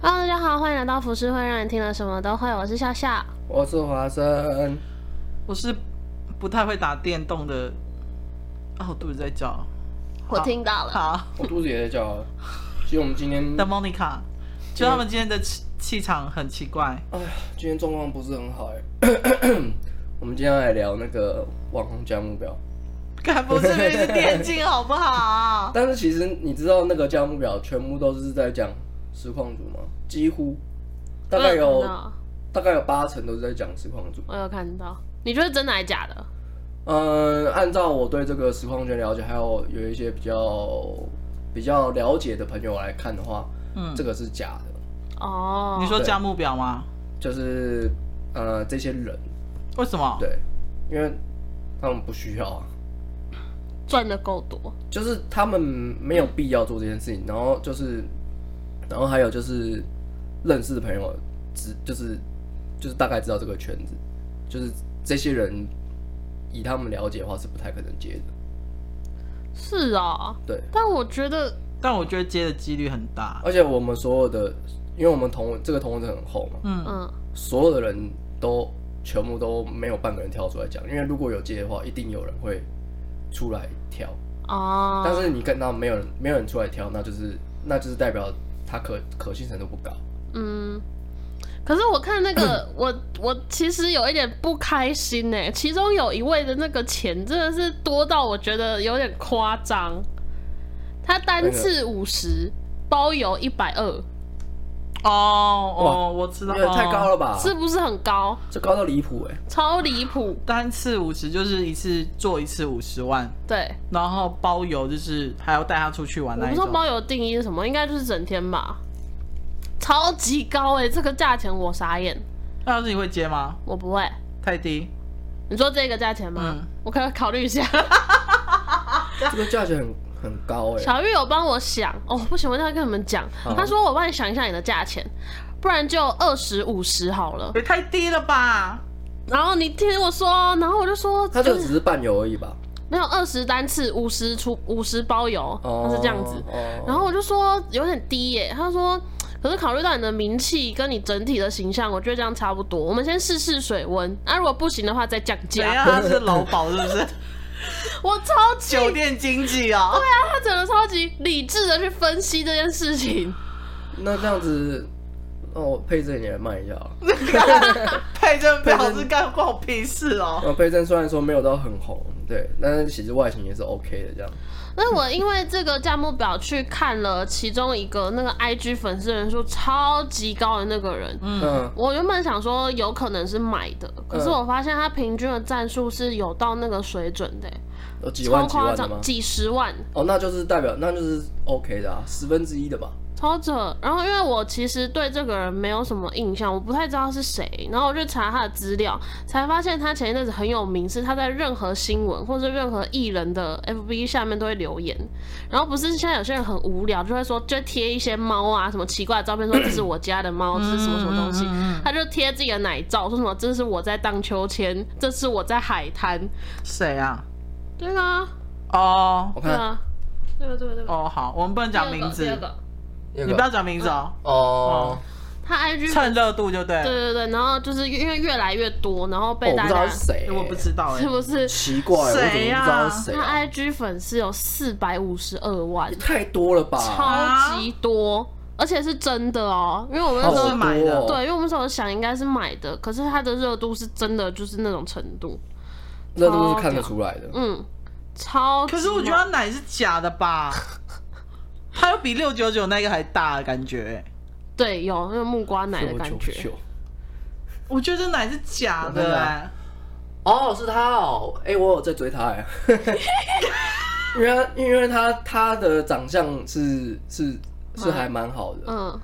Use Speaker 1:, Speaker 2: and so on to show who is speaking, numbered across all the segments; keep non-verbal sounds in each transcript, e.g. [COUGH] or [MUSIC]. Speaker 1: Hello，大家好，欢迎来到浮世会，让你听了什么都会。我是笑笑。
Speaker 2: 我是华生，
Speaker 3: 我是不太会打电动的。啊，我肚子在叫。
Speaker 1: 我听到了，
Speaker 3: 好，
Speaker 2: 我肚子也在叫啊。其实我们今天，
Speaker 3: 的 Monica，就他们今天的气气场很奇怪。
Speaker 2: 哎呀，今天状况不是很好哎、 [CLEARS THROAT] 我们今天要来聊那个网红价目表，
Speaker 3: 看不是明明是电竞好不好？
Speaker 2: 但是其实你知道那个价目表全部都是在讲实况组吗？几乎，大概有、
Speaker 1: 我有看到，
Speaker 2: 大概有八成都是在讲实况组。
Speaker 1: 我有看到。你觉得真的还假的？
Speaker 2: 嗯，按照我对这个实况圈了解，还有有一些比较比较了解的朋友来看的话，
Speaker 3: 嗯
Speaker 2: 这，个是假的，
Speaker 1: 哦，
Speaker 3: 你说
Speaker 2: 对
Speaker 3: 加目表吗？
Speaker 2: 就是呃这些人
Speaker 3: 为什么？
Speaker 2: 对，因为他们不需要啊，
Speaker 1: 赚的够多，
Speaker 2: 就是他们没有必要做这件事情。然后就是，然后还有就是认识的朋友，只就是就是大概知道这个圈子，就是这些人以他们了解的话是不太可能接的。
Speaker 1: 是啊、
Speaker 2: 对，
Speaker 1: 但我觉得
Speaker 3: 但我觉得接的几率很大。
Speaker 2: 而且我们所有的，因为我们同文这个同文层很厚嘛，
Speaker 3: 嗯，
Speaker 1: 嗯，
Speaker 2: 所有的人都全部都没有半个人跳出来讲，因为如果有接的话，一定有人会出来跳。
Speaker 1: 哦，
Speaker 2: 但是你看到没有人没有人出来挑，那就是那就是代表它可可信程度不高。
Speaker 1: 嗯，可是我看那
Speaker 2: [COUGHS]
Speaker 1: 个，我我其实有一点不开心呢、其中有一位的那个钱真的是多到我觉得有点夸张，他单次五十，包邮一百二，
Speaker 3: 哦哦，我知
Speaker 2: 这
Speaker 3: 道，
Speaker 2: 个太高
Speaker 3: 了。
Speaker 2: 了
Speaker 1: 哦
Speaker 2: 吧？
Speaker 1: 是不是很高？
Speaker 2: 这高到离谱哎！
Speaker 1: 超离谱！
Speaker 3: 单次五十就是一次做一次五十万，
Speaker 1: 对，
Speaker 3: 然后包邮就是还要带他出去玩
Speaker 1: 我
Speaker 3: 那
Speaker 1: 不
Speaker 3: 一
Speaker 1: 知道
Speaker 3: 种。
Speaker 1: 包邮定义是什么，应该就是整天吧。超级高哎、这个价钱我傻眼，
Speaker 3: 那是你会接吗？
Speaker 1: 我不会。
Speaker 3: 太低。
Speaker 1: 你说这个价钱吗？
Speaker 3: 嗯
Speaker 1: 我可以考虑一下。
Speaker 2: 这个价钱很很高哎，
Speaker 1: 啊小玉有帮我想哦，不行，我一定要跟你们讲。
Speaker 2: 好
Speaker 1: 他说我帮你想一下你的价钱，不然就二十五十好了。
Speaker 3: 也太低了吧？
Speaker 1: 然后你听我说哦，然后我就说，
Speaker 2: 它这
Speaker 1: 就
Speaker 2: 个
Speaker 1: 是
Speaker 2: 只是伴游而已吧？
Speaker 1: 没有二十单次，五十出五十包邮，
Speaker 2: 哦，
Speaker 1: 他是这样子。
Speaker 2: 哦
Speaker 1: 然后我就说有点低耶、他说。可是考虑到你的名气跟你整体的形象，我觉得这样差不多。我们先试试水温，啊那、如果不行的话再降
Speaker 3: 怎
Speaker 1: 价。
Speaker 2: 啊
Speaker 3: 啊样？他是劳保是不是？
Speaker 1: 我超级
Speaker 3: 酒店经济啊？对啊，
Speaker 1: 他整个超级理智的去分析这件事情。
Speaker 2: [LAUGHS] 那这样子，那我配正也来卖一下啊。
Speaker 1: [LAUGHS]
Speaker 3: 配正表示干关我屁事哦。
Speaker 2: 呃，配正虽然说没有到很红，对，但是其实外形也是 OK 的这样。
Speaker 1: 那我因为这个价目表去看了其中一个那个 IG 粉丝人数超级高的那个人，
Speaker 2: 嗯，
Speaker 1: 我原本想说有可能是买的，可是
Speaker 2: 嗯
Speaker 1: 我发现他平均的战术是有到那个水准的、
Speaker 2: 有几
Speaker 1: 超
Speaker 2: 万几
Speaker 1: 夸
Speaker 2: 万的吗
Speaker 1: 张，？几十万，
Speaker 2: 哦，那就是代表那就是 OK 的啊，十分之一的吧。
Speaker 1: 超扯。然后因为我其实对这个人没有什么印象，我不太知道是谁，然后我就查他的资料，才发现他前一阵子很有名，是他在任何新闻或是任何艺人的 FB 下面都会留言。然后不是现在有些人很无聊，就会说就贴一些猫啊什么奇怪的照片，说这是我家的猫，这是什么什么东
Speaker 3: 嗯
Speaker 1: 西。他就贴自己的奶照，说什么这是我在荡秋千，这是我在海滩。
Speaker 3: 谁啊？
Speaker 1: 对啊，
Speaker 3: 哦
Speaker 2: 我
Speaker 1: 对
Speaker 2: 看
Speaker 1: 啊，对啊，对啊，对啊。
Speaker 3: 哦，好，我们不能
Speaker 1: 第二
Speaker 3: 讲
Speaker 1: 个
Speaker 3: 名字
Speaker 1: 第，二个
Speaker 2: 那
Speaker 3: 你不
Speaker 2: 个
Speaker 3: 要讲名字哦，
Speaker 2: 哦
Speaker 3: 哦，
Speaker 1: 他 IG
Speaker 3: 趁热度就对。
Speaker 1: 对对对，然后就是因为越来越多，然后
Speaker 2: 哦
Speaker 1: 被
Speaker 2: 我不
Speaker 1: 大
Speaker 2: 知道
Speaker 1: 家、
Speaker 2: 是谁欸，
Speaker 3: 我不知
Speaker 1: [LAUGHS]
Speaker 3: 道哎
Speaker 1: 是，不是？
Speaker 2: 奇怪，我怎么不
Speaker 3: 谁
Speaker 2: 知
Speaker 3: 呀
Speaker 2: 道是谁、
Speaker 1: 他
Speaker 2: 啊？
Speaker 1: IG 粉丝有四百五十二万
Speaker 2: 也，太多了吧！
Speaker 1: 超级多，而且是真的哦。因为我们那时
Speaker 2: 好
Speaker 1: 候
Speaker 3: 是
Speaker 2: 多
Speaker 3: 买的
Speaker 2: 啊哦
Speaker 1: 对，因为我们那时候想应该是买的，可是它的热度是真的就是那种程度，
Speaker 2: 热度是看得出来的。
Speaker 1: 嗯，超级
Speaker 3: 可是我觉得奶是假的吧？它又比六九九那个还大的感觉欸，
Speaker 1: 对有那个木瓜奶的
Speaker 2: 我
Speaker 1: 感
Speaker 2: 求
Speaker 1: 觉，
Speaker 2: 求
Speaker 3: 我觉得这奶是假
Speaker 2: 我看
Speaker 3: 的
Speaker 2: 看
Speaker 1: 啊
Speaker 3: 哎。
Speaker 2: 哦，是他哦，哎、我有在追他哎、 [LAUGHS] 因为他因为他他的长相是是是还蛮好的，
Speaker 1: 嗯，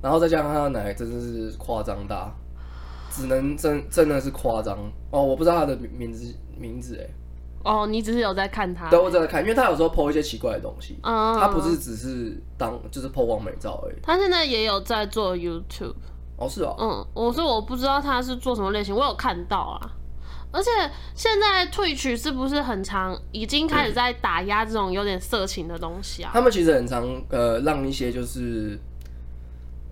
Speaker 2: 然后再加上他的奶真的是夸张大，只能真真的是夸张哦，我不知道他的名名字名字哎、
Speaker 1: 哦，你只是有在看它，
Speaker 2: 等我再来看，因为他有时候 PO 一些奇怪的东西，
Speaker 1: 嗯，
Speaker 2: 他不是只是当就是 PO 完美照而已，
Speaker 1: 他现在也有在做 YouTube。
Speaker 2: 哦是哦，
Speaker 1: 嗯，我说我不知道他是做什么类型，我有看到啊。而且现在退取是不是很常已经开始
Speaker 2: 嗯
Speaker 1: 在打压这种有点色情的东西啊？
Speaker 2: 他们其实很常呃让一些就是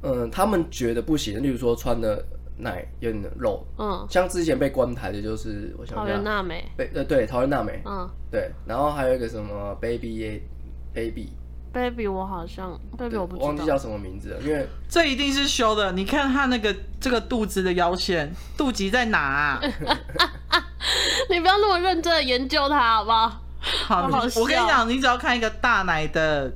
Speaker 2: 嗯，他们觉得不行，例如说穿的奶有点露，
Speaker 1: 嗯，
Speaker 2: 像之前被关台的就是我想
Speaker 1: 好
Speaker 2: 想
Speaker 1: 人，娜美，
Speaker 2: 被呃对，陶园娜美，
Speaker 1: 嗯
Speaker 2: 对，然后还有一个什么 Baby A Baby，
Speaker 1: ，baby 我好像 baby
Speaker 2: 对
Speaker 1: 我不
Speaker 2: 忘记
Speaker 1: 知道
Speaker 2: 叫，什么名字了，因为
Speaker 3: 这一定是修的。你看他那个这个肚子的腰线，肚脐在哪啊、
Speaker 1: 你不要那么认真的研究它好不好？
Speaker 3: 好，
Speaker 1: 好好
Speaker 3: 你
Speaker 1: 笑
Speaker 3: 我跟你讲，你只要看一个大奶的，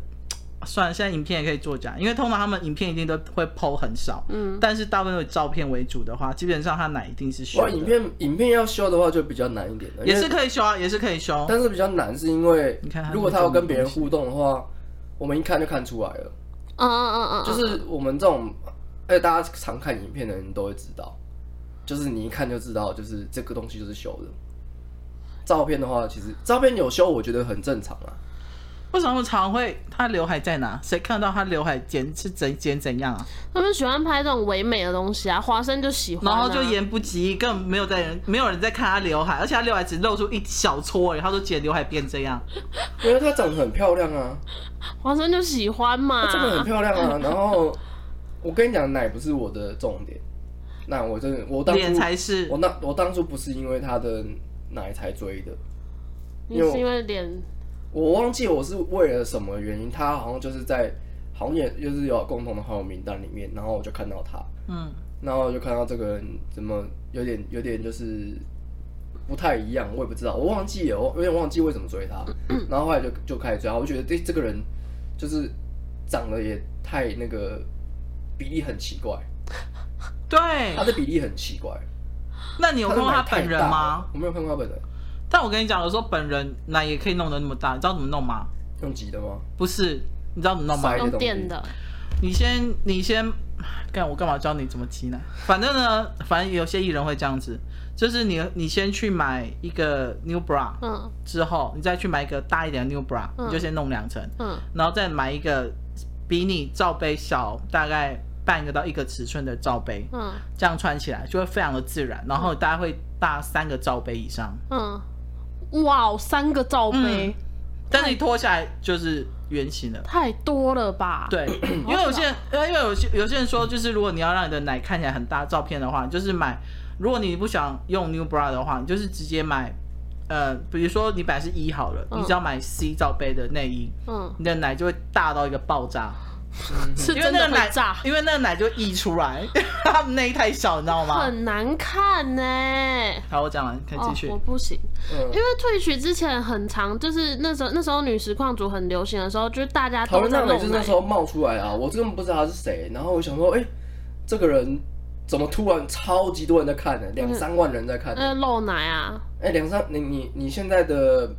Speaker 3: 算了，现在影片也可以作假，因为通常他们影片一定都会剖很少，
Speaker 1: 嗯，
Speaker 3: 但是大部分以照片为主的话，基本上他奶一定是修
Speaker 2: 哇，影
Speaker 3: 的，
Speaker 2: 片影片要修的话就比较难一点了，因为
Speaker 3: 也是可以修啊，也是可以修。
Speaker 1: 嗯
Speaker 2: 但是比较难是因为
Speaker 3: 你看他，
Speaker 2: 如果他要跟别人互动的话，我们一看就看出来了，
Speaker 1: 嗯嗯嗯嗯，
Speaker 2: 就是我们这种，而且大家常看影片的人都会知道，就是你一看就知道，就是这个东西就是修的。照片的话，其实照片有修，我觉得很正常啊。
Speaker 3: 为什么常会他刘海在哪？谁看到他刘海剪是怎剪怎样啊？
Speaker 1: 他们喜欢拍这种唯美的东西啊，华生就喜欢、
Speaker 3: 然
Speaker 1: 啊，
Speaker 3: 后就言不及义，根本没有在人没有人在看他刘海，而且他刘海只露出一小撮而已，他都剪刘海变这样。
Speaker 2: 因为她长得很漂亮啊，
Speaker 1: 华生就喜欢嘛
Speaker 2: 她，真
Speaker 3: 嗯
Speaker 2: 的很漂亮啊。然后我跟你讲，奶不是我的重点，那我真的我当
Speaker 3: 脸
Speaker 2: 初
Speaker 3: 才是
Speaker 2: 我那我当初不是因为她的奶才追的，
Speaker 1: 你是因为脸，
Speaker 2: 我忘记我是为了什么原因，他好像就是在好像也就是有共同的好友名单里面，然后我就看到他，
Speaker 3: 嗯，
Speaker 2: 然后我就看到这个人怎么有点有点就是不太一样，我也不知道，我忘记了，我有点忘记为什么追
Speaker 1: [CLEARS THROAT]
Speaker 2: 他，然后后来就就开始追他，我就觉得这这个人就是长得也太那个比例很奇怪，
Speaker 3: 对
Speaker 2: 他。的比例很奇怪，
Speaker 3: 那你有看过
Speaker 2: 他的
Speaker 3: 他
Speaker 2: 奶太
Speaker 3: 本人
Speaker 2: 大
Speaker 3: 吗
Speaker 2: 了？？我没有看过他本人，
Speaker 3: 但我跟你讲，有时候本人奶也可以弄得那么大，你知道怎么弄吗？
Speaker 2: 用挤的吗？
Speaker 3: 不是，你知道怎么弄吗
Speaker 2: 塞？
Speaker 1: 用电的，
Speaker 3: 你先，你先，干我干嘛教你怎么挤奶？反正呢，反正有些艺人会这样子，就是你你先去买一个 new bra，
Speaker 1: 嗯
Speaker 3: 之后你再去买一个大一点的 new bra，、
Speaker 1: 嗯
Speaker 3: 你就先弄两层，
Speaker 1: 嗯
Speaker 3: 然后再买一个比你罩杯小大概半个到一个尺寸的罩杯，
Speaker 1: 嗯
Speaker 3: 这样穿起来就会非常的自然，然后大概会大三个罩杯以上。
Speaker 1: 嗯，哇，三个罩
Speaker 2: 嗯
Speaker 1: 杯、
Speaker 3: 但是你脱下来就是圆形的。
Speaker 1: 太多了吧？， [CLEARS THROAT]
Speaker 3: 对，因为有些人，呃因为有些有些人说，就是如果你要让你的奶看起来很大，照片的话，你就是买。如果你不想用 New Bra 的话，你就是直接买，呃，比如说你本来是一好了，
Speaker 1: 嗯
Speaker 3: 你只要买 C 罩杯的内衣，
Speaker 1: 嗯，
Speaker 3: 你的奶就会大到一个爆炸，
Speaker 1: 是
Speaker 3: 因为
Speaker 1: 真
Speaker 3: 那
Speaker 1: 的
Speaker 3: 个奶
Speaker 1: 会炸，
Speaker 3: 因为那个奶就溢出来， [LAUGHS] 他们内衣太小，你知道吗？
Speaker 1: 很难看呢、
Speaker 3: 好，我讲完，可以
Speaker 1: 哦
Speaker 3: 继，续
Speaker 1: 我。不行，
Speaker 2: 嗯
Speaker 1: 因，为退取之前很长，就是那时候那时候女实况组很流行的时候，就是大家
Speaker 2: 讨
Speaker 1: 都
Speaker 2: 论
Speaker 1: 在
Speaker 2: 娜美是
Speaker 1: 弄
Speaker 2: 那
Speaker 1: 奶
Speaker 2: 时，候冒出来啊，我真的不知道他是谁。然后我想说，哎、这个人怎么突然超级多人在看呢、
Speaker 1: 嗯
Speaker 2: 两三万人在看、
Speaker 1: 呃，露奶啊，
Speaker 2: 哎、两三，你你你现在的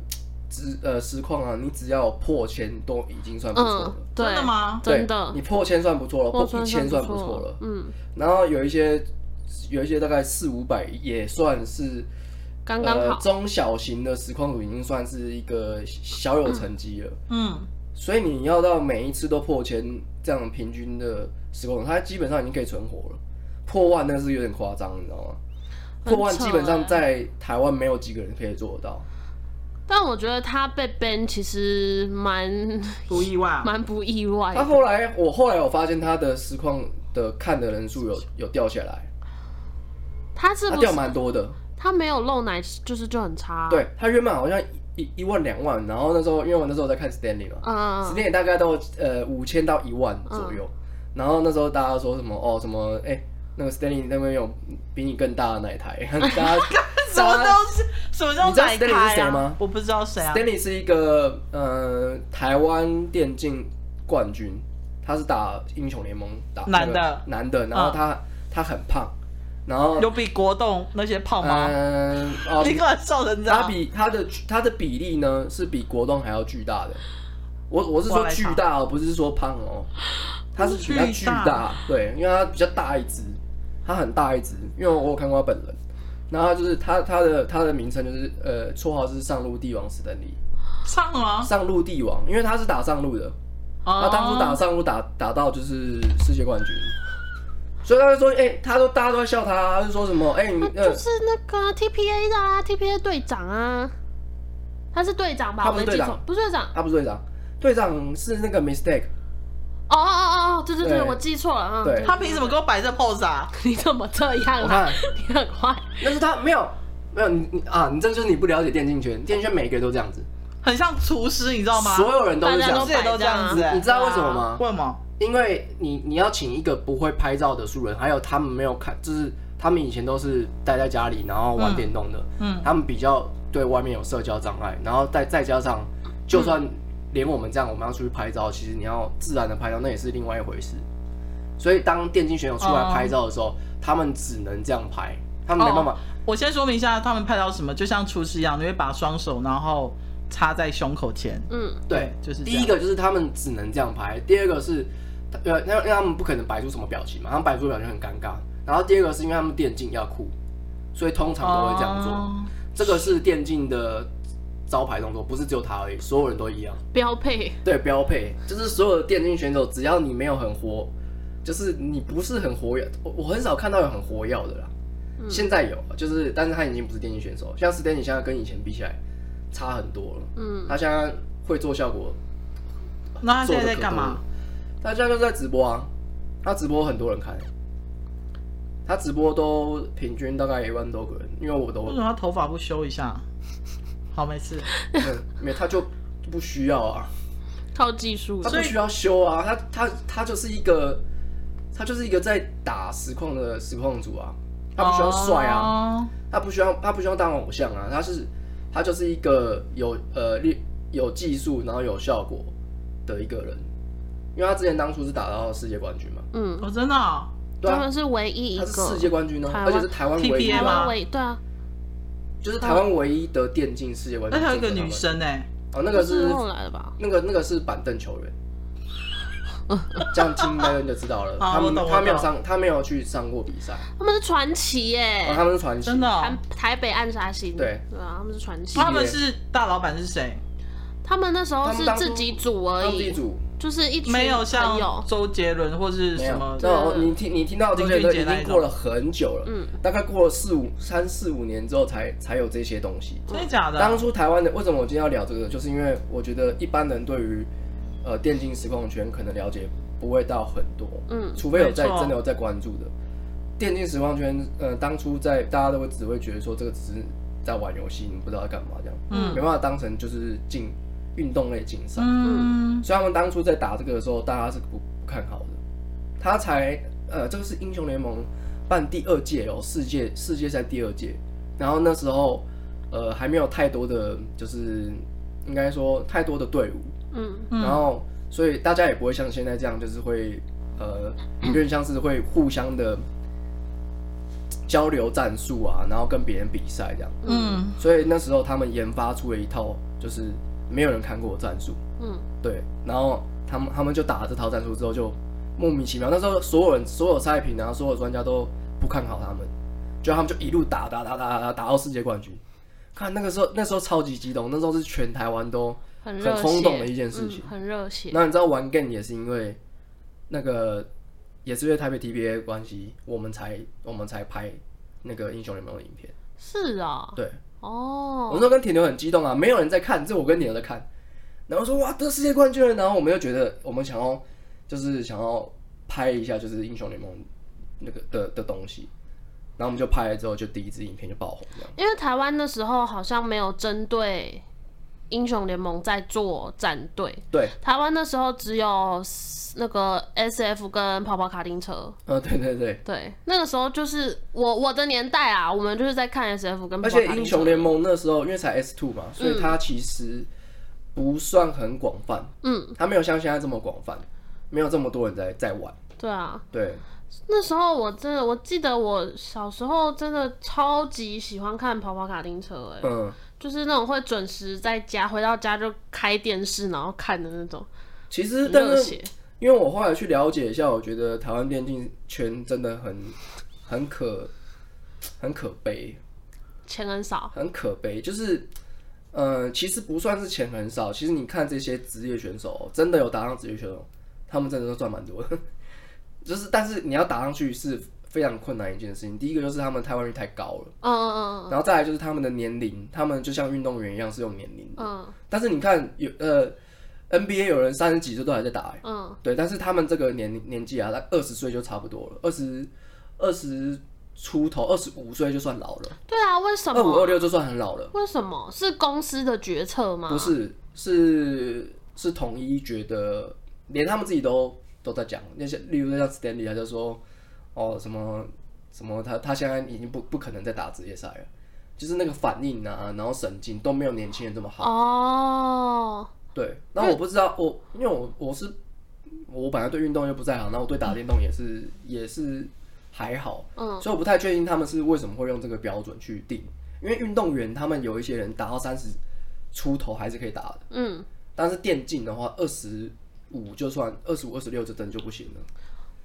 Speaker 2: 实呃实况啊，你只要破千都已经算不错了
Speaker 1: 嗯。，对，
Speaker 3: 真的吗
Speaker 2: 对
Speaker 1: 真的
Speaker 2: 你，破千算不错了，
Speaker 1: 我
Speaker 2: 破一
Speaker 1: 穿
Speaker 2: 千算
Speaker 1: 不
Speaker 2: 不错了。
Speaker 1: 嗯，
Speaker 2: 然后有一些有一些大概四五百也算是
Speaker 1: 刚刚
Speaker 2: 呃
Speaker 1: 好，
Speaker 2: 中小型的实况组，已经算是一个小有成绩了。
Speaker 3: 嗯，
Speaker 2: 所以你要到每一次都破千这样平均的时空，它基本上已经可以存活了。破万那是有点夸张，你知道吗？
Speaker 1: 很扯欸
Speaker 2: 破万基本上在台湾没有几个人可以做得到。
Speaker 1: 但我觉得他被 ban 其实蛮。
Speaker 3: 不意外
Speaker 1: 蛮不意外
Speaker 2: 他
Speaker 1: 的。
Speaker 2: 后来，我后来我发现他的实况的看的人数有有掉下来，
Speaker 1: 他是
Speaker 2: 他
Speaker 1: 不
Speaker 2: 掉
Speaker 1: 是
Speaker 2: 蛮多的。
Speaker 1: 他没有露奶，就是就很差、，
Speaker 2: 对他原本好像一一一万两万，然后那时候因为我那时候在看 Stanley 嘛，
Speaker 1: 嗯，
Speaker 2: Stanley 大概到呃五千到一万左右，然后那时候大家说什么哦什么哎、那个 Stanley 那边有比你更大的奶台， [LAUGHS] 大
Speaker 1: [LAUGHS]
Speaker 2: 家
Speaker 3: [LAUGHS] 什么东西？什么叫
Speaker 2: 你知道
Speaker 3: 奶
Speaker 2: Stanley 是
Speaker 3: 开
Speaker 2: 谁
Speaker 3: 啊
Speaker 2: 吗？
Speaker 3: 我不知道谁啊。
Speaker 2: Stanley 是一个呃台湾电竞冠军，他是打英雄联盟打那个
Speaker 3: 男的嗯
Speaker 2: 男的，然后他、他很胖，然后
Speaker 3: 有比国栋那些胖吗？
Speaker 2: 嗯哦
Speaker 3: [LAUGHS] 你，干嘛笑成这
Speaker 2: 他
Speaker 3: 样？
Speaker 2: 比他的他的比例呢是比国栋还要巨大的，我我是
Speaker 3: 我
Speaker 2: 说
Speaker 3: 来查
Speaker 2: 巨大哦，不是说胖哦，他是比较巨
Speaker 3: 巨大
Speaker 2: 大，对，因为他比较大一只，他很大一只，因为我有看过他本人，然后他就是他他的他的名称就是呃绰号是上路帝王史丹利。
Speaker 3: 唱吗？
Speaker 2: 上路帝王，因为他是打上路的，他
Speaker 3: 哦他
Speaker 2: 啊当初打上路打打到就是世界冠军，所以他就说，哎、他说大家都在笑他，他就说什么，哎、你
Speaker 3: [LAUGHS]
Speaker 1: 他
Speaker 2: 呃
Speaker 1: 啊就是那个啊 TPA 的啊，TPA 队长啊，他是队长吧？
Speaker 2: 他
Speaker 1: 我
Speaker 2: 不
Speaker 1: 没
Speaker 2: 是队
Speaker 1: 记
Speaker 2: 长
Speaker 1: 错，不是队长。
Speaker 2: 他不是队长，队长是那个 mistake，
Speaker 1: 哦哦哦哦，对对对，
Speaker 2: 对
Speaker 1: 我记错了啊。
Speaker 2: 对
Speaker 3: 他凭什么给我摆这 pose 啊？
Speaker 1: [LAUGHS] 你怎么这样
Speaker 2: 我
Speaker 1: 啊？
Speaker 2: 看
Speaker 1: [LAUGHS] 你很坏。
Speaker 2: 但是他没有没有你你啊，你这就是你不了解电竞圈，电竞圈每个人都这样子，
Speaker 3: 很像厨师，你知道吗？
Speaker 2: 所有人都是这
Speaker 1: 大家啊
Speaker 2: 样
Speaker 1: 都
Speaker 2: 子。
Speaker 3: 这都这样子、
Speaker 1: 摆
Speaker 3: 欸，
Speaker 2: 你知道为什么吗？
Speaker 3: 为什么？
Speaker 2: 因为你你要请一个不会拍照的素人，还有他们没有看，就是他们以前都是待在家里，然后玩电动的，
Speaker 3: 嗯，
Speaker 2: 他们比较对外面有社交障碍，然后再再加上，就算连我们这样，我们要出去拍照，其实你要自然的拍照，那也是另外一回事。所以当电竞选手出来拍照的
Speaker 3: 哦
Speaker 2: 时候，他们只能这样拍，他们没办法。
Speaker 3: 我先说明一下，他们拍到什么，就像厨师一样，你会把双手然后插在胸口前。
Speaker 1: 嗯，
Speaker 2: 对，
Speaker 3: 就是这
Speaker 2: 第
Speaker 3: 样
Speaker 2: 一个就是他们只能这样拍，第二个是，呃，因为因为他们不可能摆出什么表情嘛，他们摆出的表情很尴尬。然后第二个是因为他们电竞要酷，所以通常都会这样做。
Speaker 3: 哦
Speaker 2: 这个是电竞的招牌动作，不是只有他而已，所有人都一样。
Speaker 1: 标配。
Speaker 2: 对，标配就是所有的电竞选手，只要你没有很活，就是你不是很活跃，我我很少看到有很活跃的啦。
Speaker 1: 嗯
Speaker 2: 现在有，啊就是但是他已经不是电竞选手，像 s t a n 现在跟以前比起来差很多了。
Speaker 1: 嗯，
Speaker 2: 他现在会做效果，
Speaker 3: 那他
Speaker 2: 做
Speaker 3: 现
Speaker 2: 得
Speaker 3: 在在
Speaker 2: 可
Speaker 3: 干
Speaker 2: 多
Speaker 3: 嘛
Speaker 2: 了？？他现在就在直播啊，他直播很多人看，他直播都平均大概一万多个人，因为我都
Speaker 3: 为
Speaker 1: 嗯
Speaker 3: 什么他头发不修一下？好，没事。
Speaker 2: 嗯没有他就不需要啊。
Speaker 1: 靠技术
Speaker 2: 他
Speaker 1: 的。
Speaker 2: 不需要修啊，他他他就是一个，他就是一个在打实况的实况组啊，他不需要帅啊，
Speaker 3: 哦。
Speaker 2: 他不需要他不需要当偶像啊，他是他就是一个有呃力有技术然后有效果的一个人，因为他之前当初是打到世界冠军嘛，
Speaker 1: 嗯，
Speaker 3: 哦，真的哦、
Speaker 2: 对
Speaker 1: 他
Speaker 2: 啊，
Speaker 1: 们是唯一一
Speaker 2: 他
Speaker 1: 个。
Speaker 2: 是世界冠军呢、
Speaker 1: 台湾
Speaker 2: 而且是台湾唯一
Speaker 3: TPM
Speaker 1: 台
Speaker 3: 吗
Speaker 2: 的，
Speaker 1: 湾唯对啊，
Speaker 2: 就是台湾唯一的电竞世界冠
Speaker 3: 那
Speaker 2: 军。
Speaker 3: 还有一个女生哎、
Speaker 2: 哦，那个
Speaker 1: 是
Speaker 2: 是
Speaker 1: 后来的吧？
Speaker 2: 那个那个是板
Speaker 1: [LAUGHS]
Speaker 2: 凳球员，这样听大家就知道了。
Speaker 3: 啊
Speaker 2: 他
Speaker 3: 我
Speaker 2: 们
Speaker 3: 懂我
Speaker 2: 他没有
Speaker 3: 懂
Speaker 2: 上，他没有去上过比赛，
Speaker 1: 他们是传奇
Speaker 2: 然后
Speaker 1: 耶，
Speaker 2: 啊他们是传奇，
Speaker 3: 哎真的、
Speaker 1: 台
Speaker 3: 哦。
Speaker 1: 台北暗杀星。
Speaker 2: 对
Speaker 1: 对啊，他们是传奇
Speaker 3: 那。他们是大老板是谁？
Speaker 1: 他们那时候哦
Speaker 2: 他
Speaker 1: 是
Speaker 2: 们当初
Speaker 1: 自己组
Speaker 2: 他
Speaker 1: 而
Speaker 2: 们自己
Speaker 1: 已，
Speaker 2: 组
Speaker 1: 就是一群
Speaker 3: 没有像
Speaker 1: 朋友
Speaker 3: 周杰伦或是
Speaker 2: 没
Speaker 3: 什
Speaker 2: 有
Speaker 3: 么。
Speaker 2: 那我你听你听到这些
Speaker 3: 林
Speaker 2: 都
Speaker 3: 俊
Speaker 2: 已
Speaker 3: 杰那一
Speaker 2: 经
Speaker 3: 种
Speaker 2: 过了很久了，
Speaker 1: 嗯
Speaker 2: 大概过了四五三四五年之后才才有这些东西。
Speaker 3: 真的假的？
Speaker 2: 当初台湾的为什么我今天要聊这个，就是因为我觉得一般人对于呃电竞实况圈可能了解不会到很多，
Speaker 1: 嗯
Speaker 2: 除非有在
Speaker 3: 没错
Speaker 2: 真的有在关注的。电竞实况圈，呃，当初在大家都会只会觉得说这个只是在玩游戏，你不知道在干嘛这样，
Speaker 3: 嗯
Speaker 2: 没办法当成就是竞运动类竞赛。
Speaker 3: 嗯，
Speaker 2: 所以他们当初在打这个的时候，大家是不不看好的。他才呃，这个是英雄联盟办第二届哦，世界世界赛第二届。然后那时候呃还没有太多的，就是应该说太多的队伍，
Speaker 1: 嗯
Speaker 3: 嗯
Speaker 2: 然后所以大家也不会像现在这样，就是会呃，有点像是会互相的交流战术啊，然后跟别人比赛这样。
Speaker 3: 嗯
Speaker 2: 所以那时候他们研发出了一套就是没有人看过的战术，
Speaker 1: 嗯
Speaker 2: 对，然后他们他们就打了这套战术之后就莫名其妙，那时候所有人所有赛评啊，所有专家都不看好他们，就他们就一路打打打打打打到世界冠军。看那个时候，那时候超级激动，那时候是全台湾都
Speaker 1: 很
Speaker 2: 很
Speaker 1: 热血，
Speaker 2: 轰动的一件事情
Speaker 1: 嗯很热血。
Speaker 2: 那你知道玩 game 也是因为那个，也是因为台北 TBA 的关系，我们才我们才拍那个英雄联盟的影片。
Speaker 1: 是啊，
Speaker 2: 对，我那
Speaker 1: 哦，
Speaker 2: 时候跟铁牛很激动啊，没有人在看，只有我跟铁牛在看。然后说哇得世界冠军了，然后我们又觉得我们想要就是想要拍一下就是英雄联盟那个的的东西，然后我们就拍了之后就第一支影片就爆红这样。
Speaker 1: 因为台湾那时候好像没有针对英雄联盟在做战队，
Speaker 2: 对，
Speaker 1: 台湾那时候只有 S- 那个 S F 跟跑跑卡丁车。
Speaker 2: 呃对对对，
Speaker 1: 对，那个时候就是我我的年代啊，我们就是在看 S F 跟跑
Speaker 2: 而
Speaker 1: 跑卡
Speaker 2: 且
Speaker 1: 丁车。
Speaker 2: 英雄联盟那时候因为才 S two 嘛，所以它其实不算很广泛，
Speaker 1: 嗯，
Speaker 2: 它没有像现在这么广泛，没有这么多人在在玩。
Speaker 1: 对啊，
Speaker 2: 对，
Speaker 1: 那时候我真的，我记得我小时候真的超级喜欢看跑跑卡丁车、哎、
Speaker 2: 嗯，
Speaker 1: 就是那种会准时在家回到家就开电视然后看的那种，
Speaker 2: 其实
Speaker 1: 很
Speaker 2: 但
Speaker 1: 热
Speaker 2: 是
Speaker 1: 血。
Speaker 2: 因为我后来去了解一下，我觉得台湾电竞圈真的很很可很可悲，
Speaker 1: 钱很少，
Speaker 2: 很可悲，就是。呃，其实不算是钱很少，其实你看这些职业选手，哦真的有打上职业选手，他们真的都赚蛮多的。 [LAUGHS] 就是，但是你要打上去是非常困难一件事情。第一个就是他们台湾率太高了，
Speaker 1: 嗯嗯嗯
Speaker 2: 然后再来就是他们的年龄，他们就像运动员一样是有年龄的。
Speaker 1: 嗯
Speaker 2: 但是你看有呃 NBA 有人三十几岁都还在打、欸，
Speaker 1: 嗯，
Speaker 2: 对，但是他们这个年年纪啊，他二十岁就差不多了，二十二十出头，二十五岁就算老了，
Speaker 1: 对啊，为什
Speaker 2: 二五二
Speaker 1: 么？
Speaker 2: 六就算很老了，
Speaker 1: 为什么是公司的决策吗？
Speaker 2: 不，是，是是统一觉得，连他们自己都都在讲，那些例如像 Stanley 啊他就说，哦什么什么他他现在已经不不可能再打职业赛了，就是那个反应啊，然后神经都没有年轻人这么好。
Speaker 1: 哦，
Speaker 2: 对，那我不知道，我因为我我是我本来对运动又不在行，那我对打电动也是也是还好，
Speaker 1: 嗯，
Speaker 2: 所以我不太确定他们是为什么会用这个标准去定，因为运动员他们有一些人打到三十出头还是可以打的，
Speaker 1: 嗯，
Speaker 2: 但是电竞的话二十。五就算二十五、二十六，这真就不行了。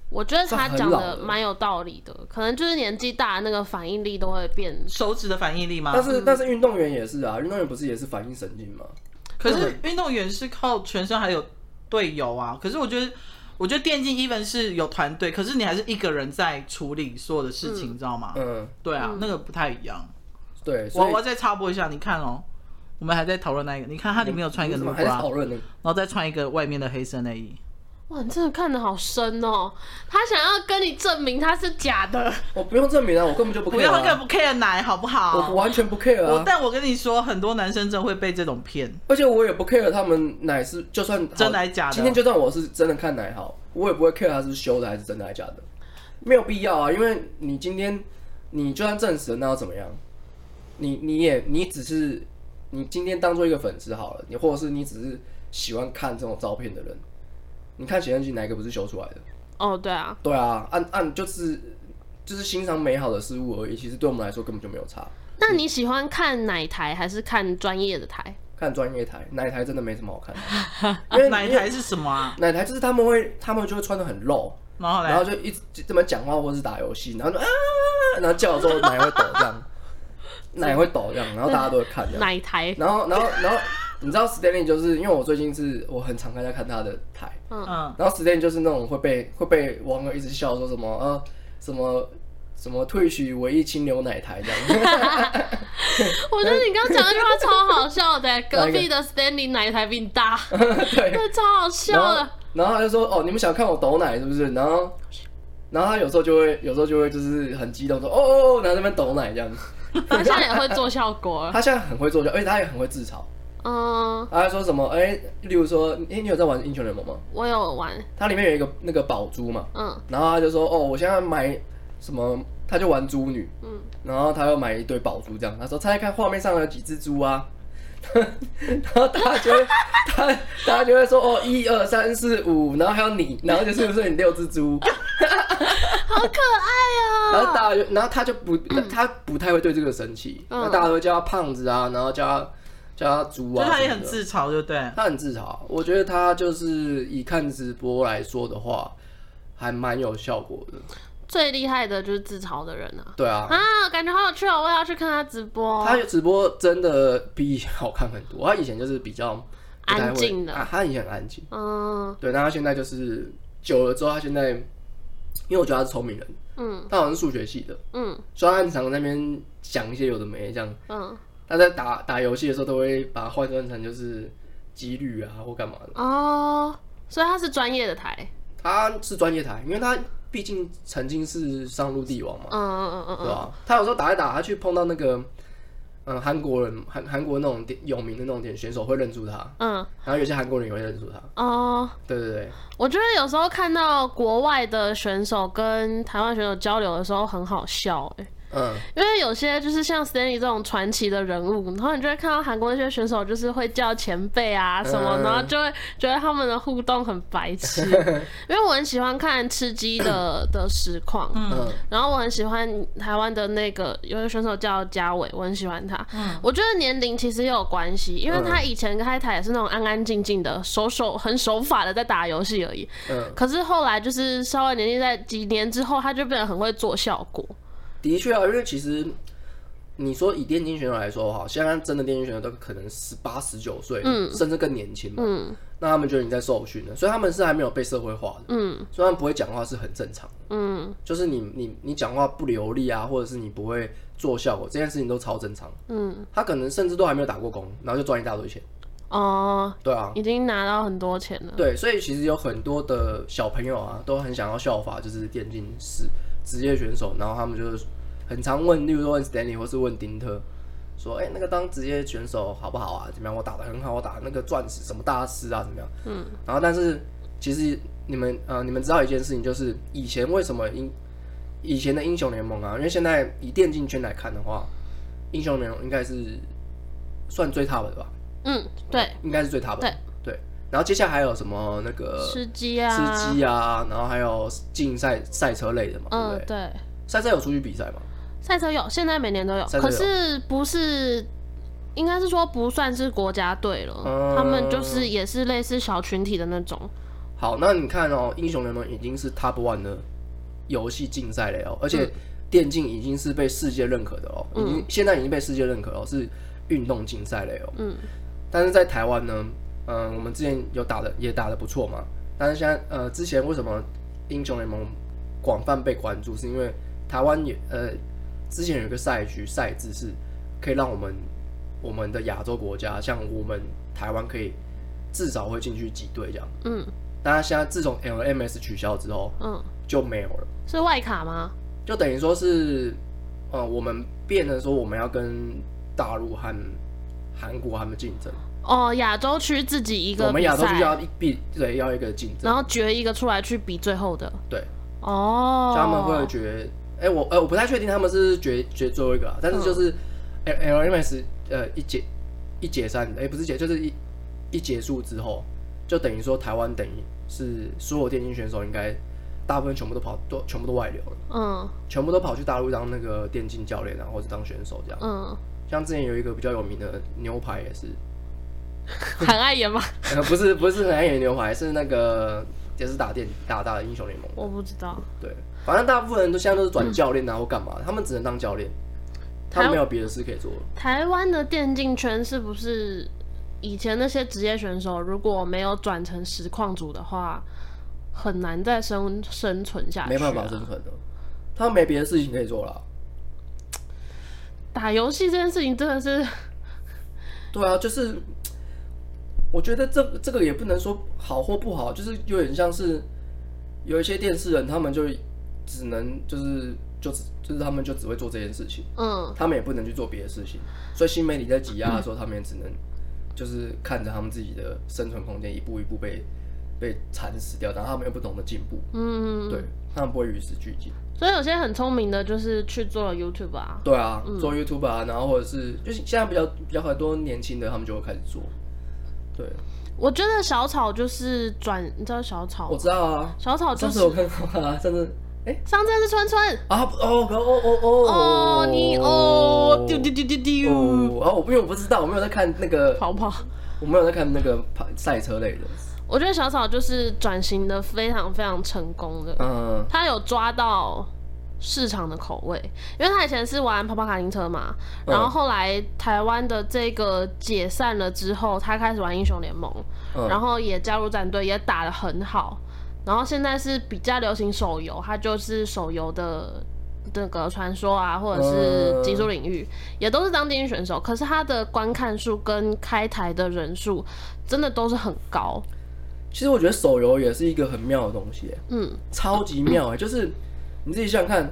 Speaker 1: 我觉得他
Speaker 2: 这很
Speaker 1: 讲
Speaker 2: 老
Speaker 1: 的
Speaker 2: 了
Speaker 1: 蛮有道理的，可能就是年纪大，那个反应力都会变。
Speaker 3: 手指的反应力吗？
Speaker 2: 但是，
Speaker 1: 嗯
Speaker 2: 但是运动员也是啊，运动员不是也是反应神经吗？
Speaker 3: 可是运动员是靠全身还有队友啊。可是我觉得，我觉得电竞 even 是有团队，可是你还是一个人在处理所有的事情，你知道吗？
Speaker 2: 嗯，
Speaker 3: 对啊，那个不太一样。
Speaker 2: 对。所
Speaker 3: 我
Speaker 2: 以
Speaker 3: 我要再插播一下，你看哦，我们还在讨论那一个，你看它里面有穿一个
Speaker 2: 你
Speaker 3: 女
Speaker 2: 怎么
Speaker 3: bra，
Speaker 2: 嗯还在讨
Speaker 3: 然
Speaker 2: 论呢？
Speaker 3: 后再穿一个外面的黑色内衣。
Speaker 1: 哇，你真的看的好深哦！他想要跟你证明他是假的，
Speaker 2: 我不用证明啊，我根本就不
Speaker 3: 不
Speaker 2: care
Speaker 3: 要看
Speaker 2: 啊，
Speaker 3: 不 care 奶好不好？
Speaker 2: 我完全不 care 啊
Speaker 3: 我。但我跟你说，很多男生真的会被这种骗。
Speaker 2: 而且我也不 care 他们奶是就算好
Speaker 3: 真奶假的
Speaker 2: 今天就算我是真的看奶好，我也不会 care 它是修的还是真的还是假的，没有必要啊，因为你今天你就算证实了，那又怎么样？你你也你只是你今天当做一个粉丝好了，你或者是你只是喜欢看这种照片的人，你看显示器哪一个不是修出来的？
Speaker 1: 哦，对啊，
Speaker 2: 对啊，按按就是就是欣赏美好的事物而已，其实对我们来说根本就没有差。
Speaker 1: 那你喜欢看奶台还是看专业的台？
Speaker 2: 看专业台，奶台真的没什么好看的，因
Speaker 3: 啊
Speaker 2: 为
Speaker 3: 奶 [LAUGHS]
Speaker 2: 因为
Speaker 3: 台是什么啊？
Speaker 2: 奶台就是他们会，他们就会穿的很露，
Speaker 3: 然后
Speaker 2: 然
Speaker 3: 嘞
Speaker 2: 后，就一直就这么讲话或者是打游戏，然后就啊，然后叫的时候奶会抖这
Speaker 1: [LAUGHS]
Speaker 2: 样，奶会抖这样，然后大家都会看这样，
Speaker 1: 奶台，
Speaker 2: 然后然后然后你知道 Stanley 就是因为我最近是我很常看在看他的台，
Speaker 3: 嗯，
Speaker 2: 然后 Stanley 就是那种会被会被网友一直笑说什么呃什么什么退许唯一清流奶台这样， [LAUGHS]
Speaker 1: 我觉得你刚刚讲那句话超好笑
Speaker 2: [LAUGHS]
Speaker 1: 的，隔壁的 Stanley 奶台比你大，
Speaker 2: 对，
Speaker 1: 这超好
Speaker 2: 然
Speaker 1: 笑
Speaker 2: 后
Speaker 1: 的。
Speaker 2: 然后他就说哦你们想看我抖奶是不是？然后然后他有时候就会有时候就会就是很激动说哦哦哦，然后在那边抖奶这样。
Speaker 1: 他现在也会做效果 [LAUGHS] 了，
Speaker 2: 他现在很会做，而且他也很会自嘲。
Speaker 1: 嗯，
Speaker 2: 他还说什么？哎、例如说，哎、你有在玩英雄联盟吗？
Speaker 1: 我有玩，
Speaker 2: 它里面有一个那个宝珠嘛，
Speaker 1: 嗯
Speaker 2: 然后他就说，哦，我现在买什么？他就玩猪女，
Speaker 1: 嗯，
Speaker 2: 然后他又买一堆宝珠，这样。他说，猜猜看画面上有几只猪啊？ [LAUGHS] 然后大家就会， [LAUGHS] 他大家就会说，哦，一二三四五，然后还有你，然后就是是你六只猪， [LAUGHS]
Speaker 1: 好可爱哦
Speaker 2: 然
Speaker 1: 呀、
Speaker 2: 后大家就，然后他就不，他不太会对这个生气，
Speaker 1: 嗯
Speaker 2: 那大家都会叫他胖子啊，然后叫他叫他猪
Speaker 3: 就
Speaker 2: 啊什么的，
Speaker 3: 他也很自嘲，对不对？
Speaker 2: 他很自嘲，我觉得他就是以看直播来说的话，还蛮有效果的。
Speaker 1: 最厉害的就是自嘲的人啊！
Speaker 2: 对啊，
Speaker 1: 啊，感觉好有趣哦，我也要去看他直播。
Speaker 2: 他直播真的比以前好看很多。他以前就是比较不太会
Speaker 1: 安静的
Speaker 2: 啊，他以前很安静。
Speaker 1: 嗯
Speaker 2: 对，那他现在就是久了之后，他现在因为我觉得他是聪明人，
Speaker 1: 嗯
Speaker 2: 他好像是数学系的，
Speaker 1: 嗯
Speaker 2: 所以他很常在那边讲一些有的没的这样。
Speaker 1: 嗯，
Speaker 2: 他在打打游戏的时候，都会把它换算成就是几率啊或干嘛的。
Speaker 1: 哦，所以他是专业的台，
Speaker 2: 他是专业台，因为他毕竟曾经是上路帝王嘛。
Speaker 1: 嗯嗯嗯嗯
Speaker 2: 对吧、他有时候打一打，他去碰到那个嗯韩国人，韩韩国那种点有名的那种点选手会认出他，
Speaker 1: 嗯，
Speaker 2: 然后有些韩国人也会认出他。
Speaker 1: 嗯哦。
Speaker 2: 对对对，
Speaker 1: 我觉得有时候看到国外的选手跟台湾选手交流的时候很好笑、欸，
Speaker 2: 嗯，
Speaker 1: 因为有些就是像 Stanley 这种传奇的人物，然后你就会看到韩国那些选手就是会叫前辈啊什么，
Speaker 2: 嗯
Speaker 1: 然后就会觉得他们的互动很白痴。因为我很喜欢看吃鸡的的实况，
Speaker 2: 嗯
Speaker 1: 然后我很喜欢台湾的那个有一个选手叫嘉伟，我很喜欢他。我觉得年龄其实也有关系，因为他以前开台也是那种安安静静的、守守很守法的在打游戏而已。
Speaker 2: 嗯，
Speaker 1: 可是后来就是稍微年纪在几年之后，他就变得很会做效果。
Speaker 2: 的确啊，因为其实你说以电竞选手来说哈，现在真的电竞选手都可能十八、十九岁，甚至更年轻嘛。
Speaker 1: 嗯
Speaker 2: 那他们就已经在受训了，所以他们是还没有被社会化的，
Speaker 1: 嗯
Speaker 2: 所以他们不会讲话是很正常的。
Speaker 1: 嗯
Speaker 2: 就是你你你讲话不流利啊，或者是你不会做效果，这件事情都超正常。
Speaker 1: 嗯，
Speaker 2: 他可能甚至都还没有打过工，然后就赚一大堆钱。
Speaker 1: 哦、
Speaker 2: 对啊，
Speaker 1: 已经拿到很多钱了。
Speaker 2: 对，所以其实有很多的小朋友啊，都很想要效法，就是电竞师职业选手，然后他们就是很常问，例如说问 Stanley 或是问丁特，说，哎、那个当职业选手好不好啊？怎么样？我打的很好，我打那个钻石什么大师啊，怎么样？嗯，然后但是其实你们呃，你们知道一件事情，就是以前为什么英以前的英雄联盟啊，因为现在以电竞圈来看的话，英雄联盟应该是算最 top 的吧，
Speaker 1: 嗯，对，
Speaker 2: 应该是最 top 的，
Speaker 1: 对
Speaker 2: 然后接下来还有什么那个
Speaker 1: 吃鸡啊，
Speaker 2: 呃吃鸡啊，然后还有竞赛赛车类的嘛，对
Speaker 1: 嗯
Speaker 2: 不，对？
Speaker 1: 对，
Speaker 2: 赛车有出去比赛吗？
Speaker 1: 赛车有，现在每年都有，
Speaker 2: 赛车
Speaker 1: 可
Speaker 2: 有
Speaker 1: 是不是，应该是说不算是国家队了，
Speaker 2: 嗯
Speaker 1: 他们就是也是类似小群体的那种。
Speaker 2: 好，那你看哦，英雄联盟已经是 Top One 的游戏竞赛类哦，而
Speaker 1: 嗯
Speaker 2: 且电竞已经是被世界认可的哦，已经现在已经被世界认可了哦，是运动竞赛类哦。
Speaker 1: 嗯，
Speaker 2: 但是在台湾呢，嗯，我们之前有打的也打的不错嘛，但是现在呃，之前为什么英雄联盟广泛被关注，是因为台湾也呃之前有一个赛区赛制是可以让我们我们的亚洲国家，像我们台湾可以至少会进去几队这样。
Speaker 1: 嗯
Speaker 2: 但是现在自从 LMS 取消之后
Speaker 1: 嗯，
Speaker 2: 就没有了，
Speaker 1: 是外卡吗？
Speaker 2: 就等于说是，呃，我们变成说我们要跟大陆和韩国他们竞争，
Speaker 1: 哦，亚洲区自己一个
Speaker 2: 我们亚洲
Speaker 1: 比
Speaker 2: 就
Speaker 1: 赛
Speaker 2: 要一必对要一个竞争，
Speaker 1: 然后决一个出来去比最后的。
Speaker 2: 对，
Speaker 1: 哦
Speaker 2: 就，他们会决，哎、我呃我不太确定他们是决决最后一个啊，但是就是、L
Speaker 1: 嗯
Speaker 2: LMS 呃一解一解散，哎、不是解就是一一结束之后，就等于说台湾等于是所有电竞选手应该大部分全部都跑都全部都外流了。
Speaker 1: 嗯
Speaker 2: 全部都跑去大陆当那个电竞教练啊，或者当选手这样。
Speaker 1: 嗯， [LAUGHS]
Speaker 2: 像之前有一个比较有名的牛排也是，
Speaker 1: 很碍眼吗？
Speaker 2: 呃、不是不是很爱演牛排，是那个也是打电打打英雄联盟
Speaker 1: 我不知道。
Speaker 2: 对，反正大部分人都现在都是转教练啊或干嘛，他们只能当教练，
Speaker 1: 台
Speaker 2: 他们没有别的事可以做了。
Speaker 1: 台湾的电竞圈是不是以前那些职业选手如果没有转成实况组的话，很难再生生存下去、啊
Speaker 2: 没办法生。存的，他们没别的事情可以做了。
Speaker 1: 打游戏这件事情真的是，
Speaker 2: 对啊，就是我觉得这这个也不能说好或不好，就是有点像是有一些电视人，他们就只能就是就只就是他们就只会做这件事情，
Speaker 1: 嗯，
Speaker 2: 他们也不能去做别的事情，所以新媒体在挤压的时候，他们也只能就是看着他们自己的生存空间一步一步被被蚕食掉，然后他们又不懂得进步，
Speaker 1: 嗯，
Speaker 2: 对。他们不会与时俱进，
Speaker 1: 所以有些很聪明的，就是去做了 YouTube 啊，
Speaker 2: 对啊，做 YouTube 啊，然后或者是就是现在比较比较很多年轻的，他们就会开始做，对，
Speaker 1: 我觉得小草就是转，你知道小草
Speaker 2: 我
Speaker 1: 吗？
Speaker 2: 知道啊，
Speaker 1: 小草哦就
Speaker 2: 上
Speaker 1: 是
Speaker 2: 次我看到他，上次哎
Speaker 1: 上阵是春春
Speaker 2: 啊不哦可哦哦哦
Speaker 1: 哦，你哦丢丢丢丢丢
Speaker 2: 哦，然后我因为我不知道，我没有在看那个，
Speaker 1: 跑跑。
Speaker 2: 我没有在看那个跑赛车类的，
Speaker 1: 我觉得小草就是转型的非常非常成功的，
Speaker 2: 嗯
Speaker 1: 他有抓到市场的口味，因为他以前是玩跑跑卡丁车嘛，
Speaker 2: 嗯
Speaker 1: 然后后来台湾的这个解散了之后，他开始玩英雄联盟，
Speaker 2: 嗯
Speaker 1: 然后也加入战队，也打得很好，然后现在是比较流行手游，他就是手游的。那个传说啊，或者是
Speaker 2: 嗯
Speaker 1: 极速领域，也都是当电竞选手，可是他的观看数跟开台的人数真的都是很高。
Speaker 2: 其实我觉得手游也是一个很妙的东西耶，
Speaker 1: 嗯
Speaker 2: 超级妙哎，就是你自己想想看，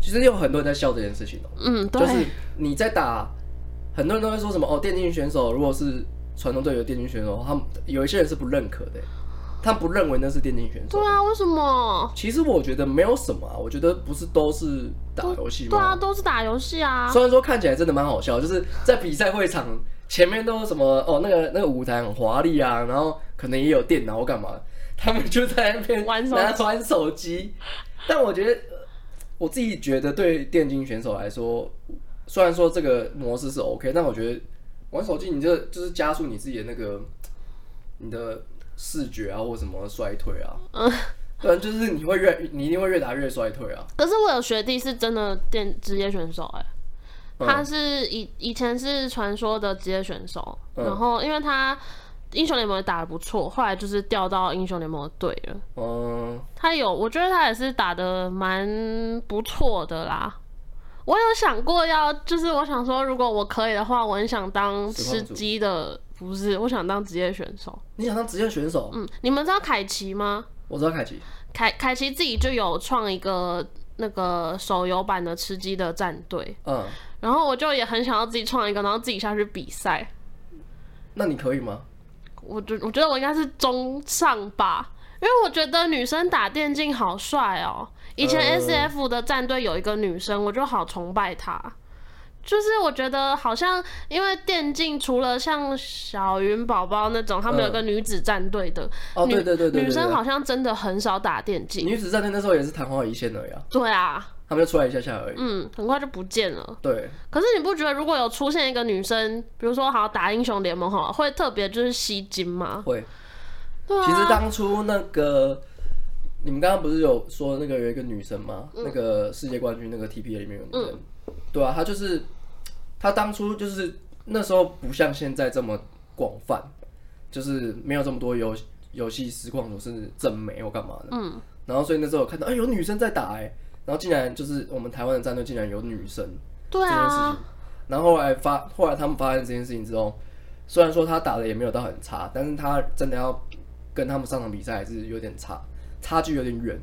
Speaker 2: 其实有很多人在笑这件事情哦，
Speaker 1: 嗯，对，
Speaker 2: 就是你在打，很多人都会说什么哦，电竞选手如果是传统队友电竞选手，他们有一些人是不认可的耶，他不认为那是电竞选手
Speaker 1: 对。啊，为什么？
Speaker 2: 其实我觉得没有什么啊，我觉得不是都是打游戏吗？
Speaker 1: 对啊，都是打游戏啊。
Speaker 2: 虽然说看起来真的蛮好笑，就是在比赛会场前面都有什么哦，那个那个舞台很华丽啊，然后可能也有电脑或干嘛，他们就在那边
Speaker 1: 玩手机
Speaker 2: 拿玩手机。但我觉得呃我自己觉得对电竞选手来说，虽然说这个模式是 OK，但我觉得玩手机你这就是加速你自己的那个你的视觉啊或什么衰退啊，
Speaker 1: [LAUGHS] 嗯，
Speaker 2: 不然就是你会越你一定会越打越衰退啊。
Speaker 1: 可是我有学弟是真的电职业选手哎、
Speaker 2: 嗯
Speaker 1: 他是以以前是传说的职业选手，
Speaker 2: 嗯
Speaker 1: 然后因为他英雄联盟也打得不错，后来就是调到英雄联盟的队了。
Speaker 2: 嗯，
Speaker 1: 他有，我觉得他也是打的蛮不错的啦。我有想过要，就是我想说，如果我可以的话，我很想当
Speaker 2: 实况
Speaker 1: 吃
Speaker 2: 组
Speaker 1: 鸡的不是，我想当职业选手。
Speaker 2: 你想当职业选手？
Speaker 1: 嗯，你们知道凯奇吗？
Speaker 2: 我知道凯奇，
Speaker 1: 凯凯奇自己就有创一个那个手游版的吃鸡的战队，
Speaker 2: 嗯，
Speaker 1: 然后我就也很想要自己创一个，然后自己下去比赛。
Speaker 2: 那你可以吗？
Speaker 1: 我觉我觉得我应该是中上吧，因为我觉得女生打电竞好帅哦。以前
Speaker 2: 呃
Speaker 1: S F 的战队有一个女生，我就好崇拜她。就是我觉得好像，因为电竞除了像小云宝宝那种，他们有个女子战队的，
Speaker 2: 哦，
Speaker 1: 女
Speaker 2: 呃对对对对对，
Speaker 1: 女生
Speaker 2: 对
Speaker 1: 好像真的很少打电竞。
Speaker 2: 女子战队那时候也是昙花一现而已啊，
Speaker 1: 对啊，
Speaker 2: 他们就出来一下下而已。
Speaker 1: 嗯，很快就不见了。
Speaker 2: 对，
Speaker 1: 可是你不觉得如果有出现一个女生，比如说好打英雄联盟哈，会特别就是吸睛吗？
Speaker 2: 会。
Speaker 1: 对啊，
Speaker 2: 其实当初那个，你们刚刚不是有说那个有一个女生吗？
Speaker 1: 嗯
Speaker 2: 那个世界冠军那个 TPA 里面有女生，对啊，她就是她当初就是那时候不像现在这么广泛，就是没有这么多游游戏实况组是正美或干嘛的，嗯，然后所以那时候我看到哎有女生在打哎、然后竟然就是我们台湾的战队竟然有女生，
Speaker 1: 对
Speaker 2: 这件事
Speaker 1: 啊
Speaker 2: 情，。然后后来发，后来他们发现这件事情之后，虽然说他打的也没有到很差，但是他真的要跟他们上场比赛还是有点差，差距有点远。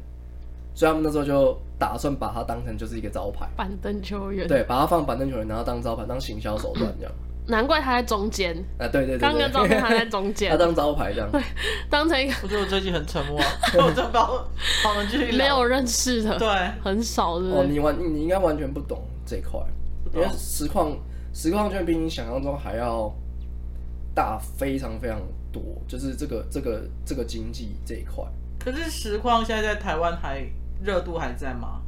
Speaker 2: 所以他们那时候就打算把它当成就是一个招牌，
Speaker 1: 板凳球员，
Speaker 2: 对，把它放板凳球员，然后当招牌，当行销手段这样。
Speaker 1: 难怪他在中间，
Speaker 2: 啊，对对对
Speaker 1: 刚
Speaker 2: 对，
Speaker 1: 刚照片还在中
Speaker 2: [LAUGHS] 他
Speaker 1: 间，
Speaker 2: 当招牌这样。
Speaker 1: 当成一个
Speaker 3: 我觉得我最近很沉默啊， [LAUGHS] 我真把我我们继续
Speaker 1: 没
Speaker 3: 聊
Speaker 1: 有认识的，
Speaker 3: 对。
Speaker 1: 很少的
Speaker 2: 哦，你完，你你应该完全不懂这一块，因为实况实况圈比你想象中还要大非常非常多，就是这个这个这个经济这一块。
Speaker 3: 可是实况现在在台湾还热度还在吗？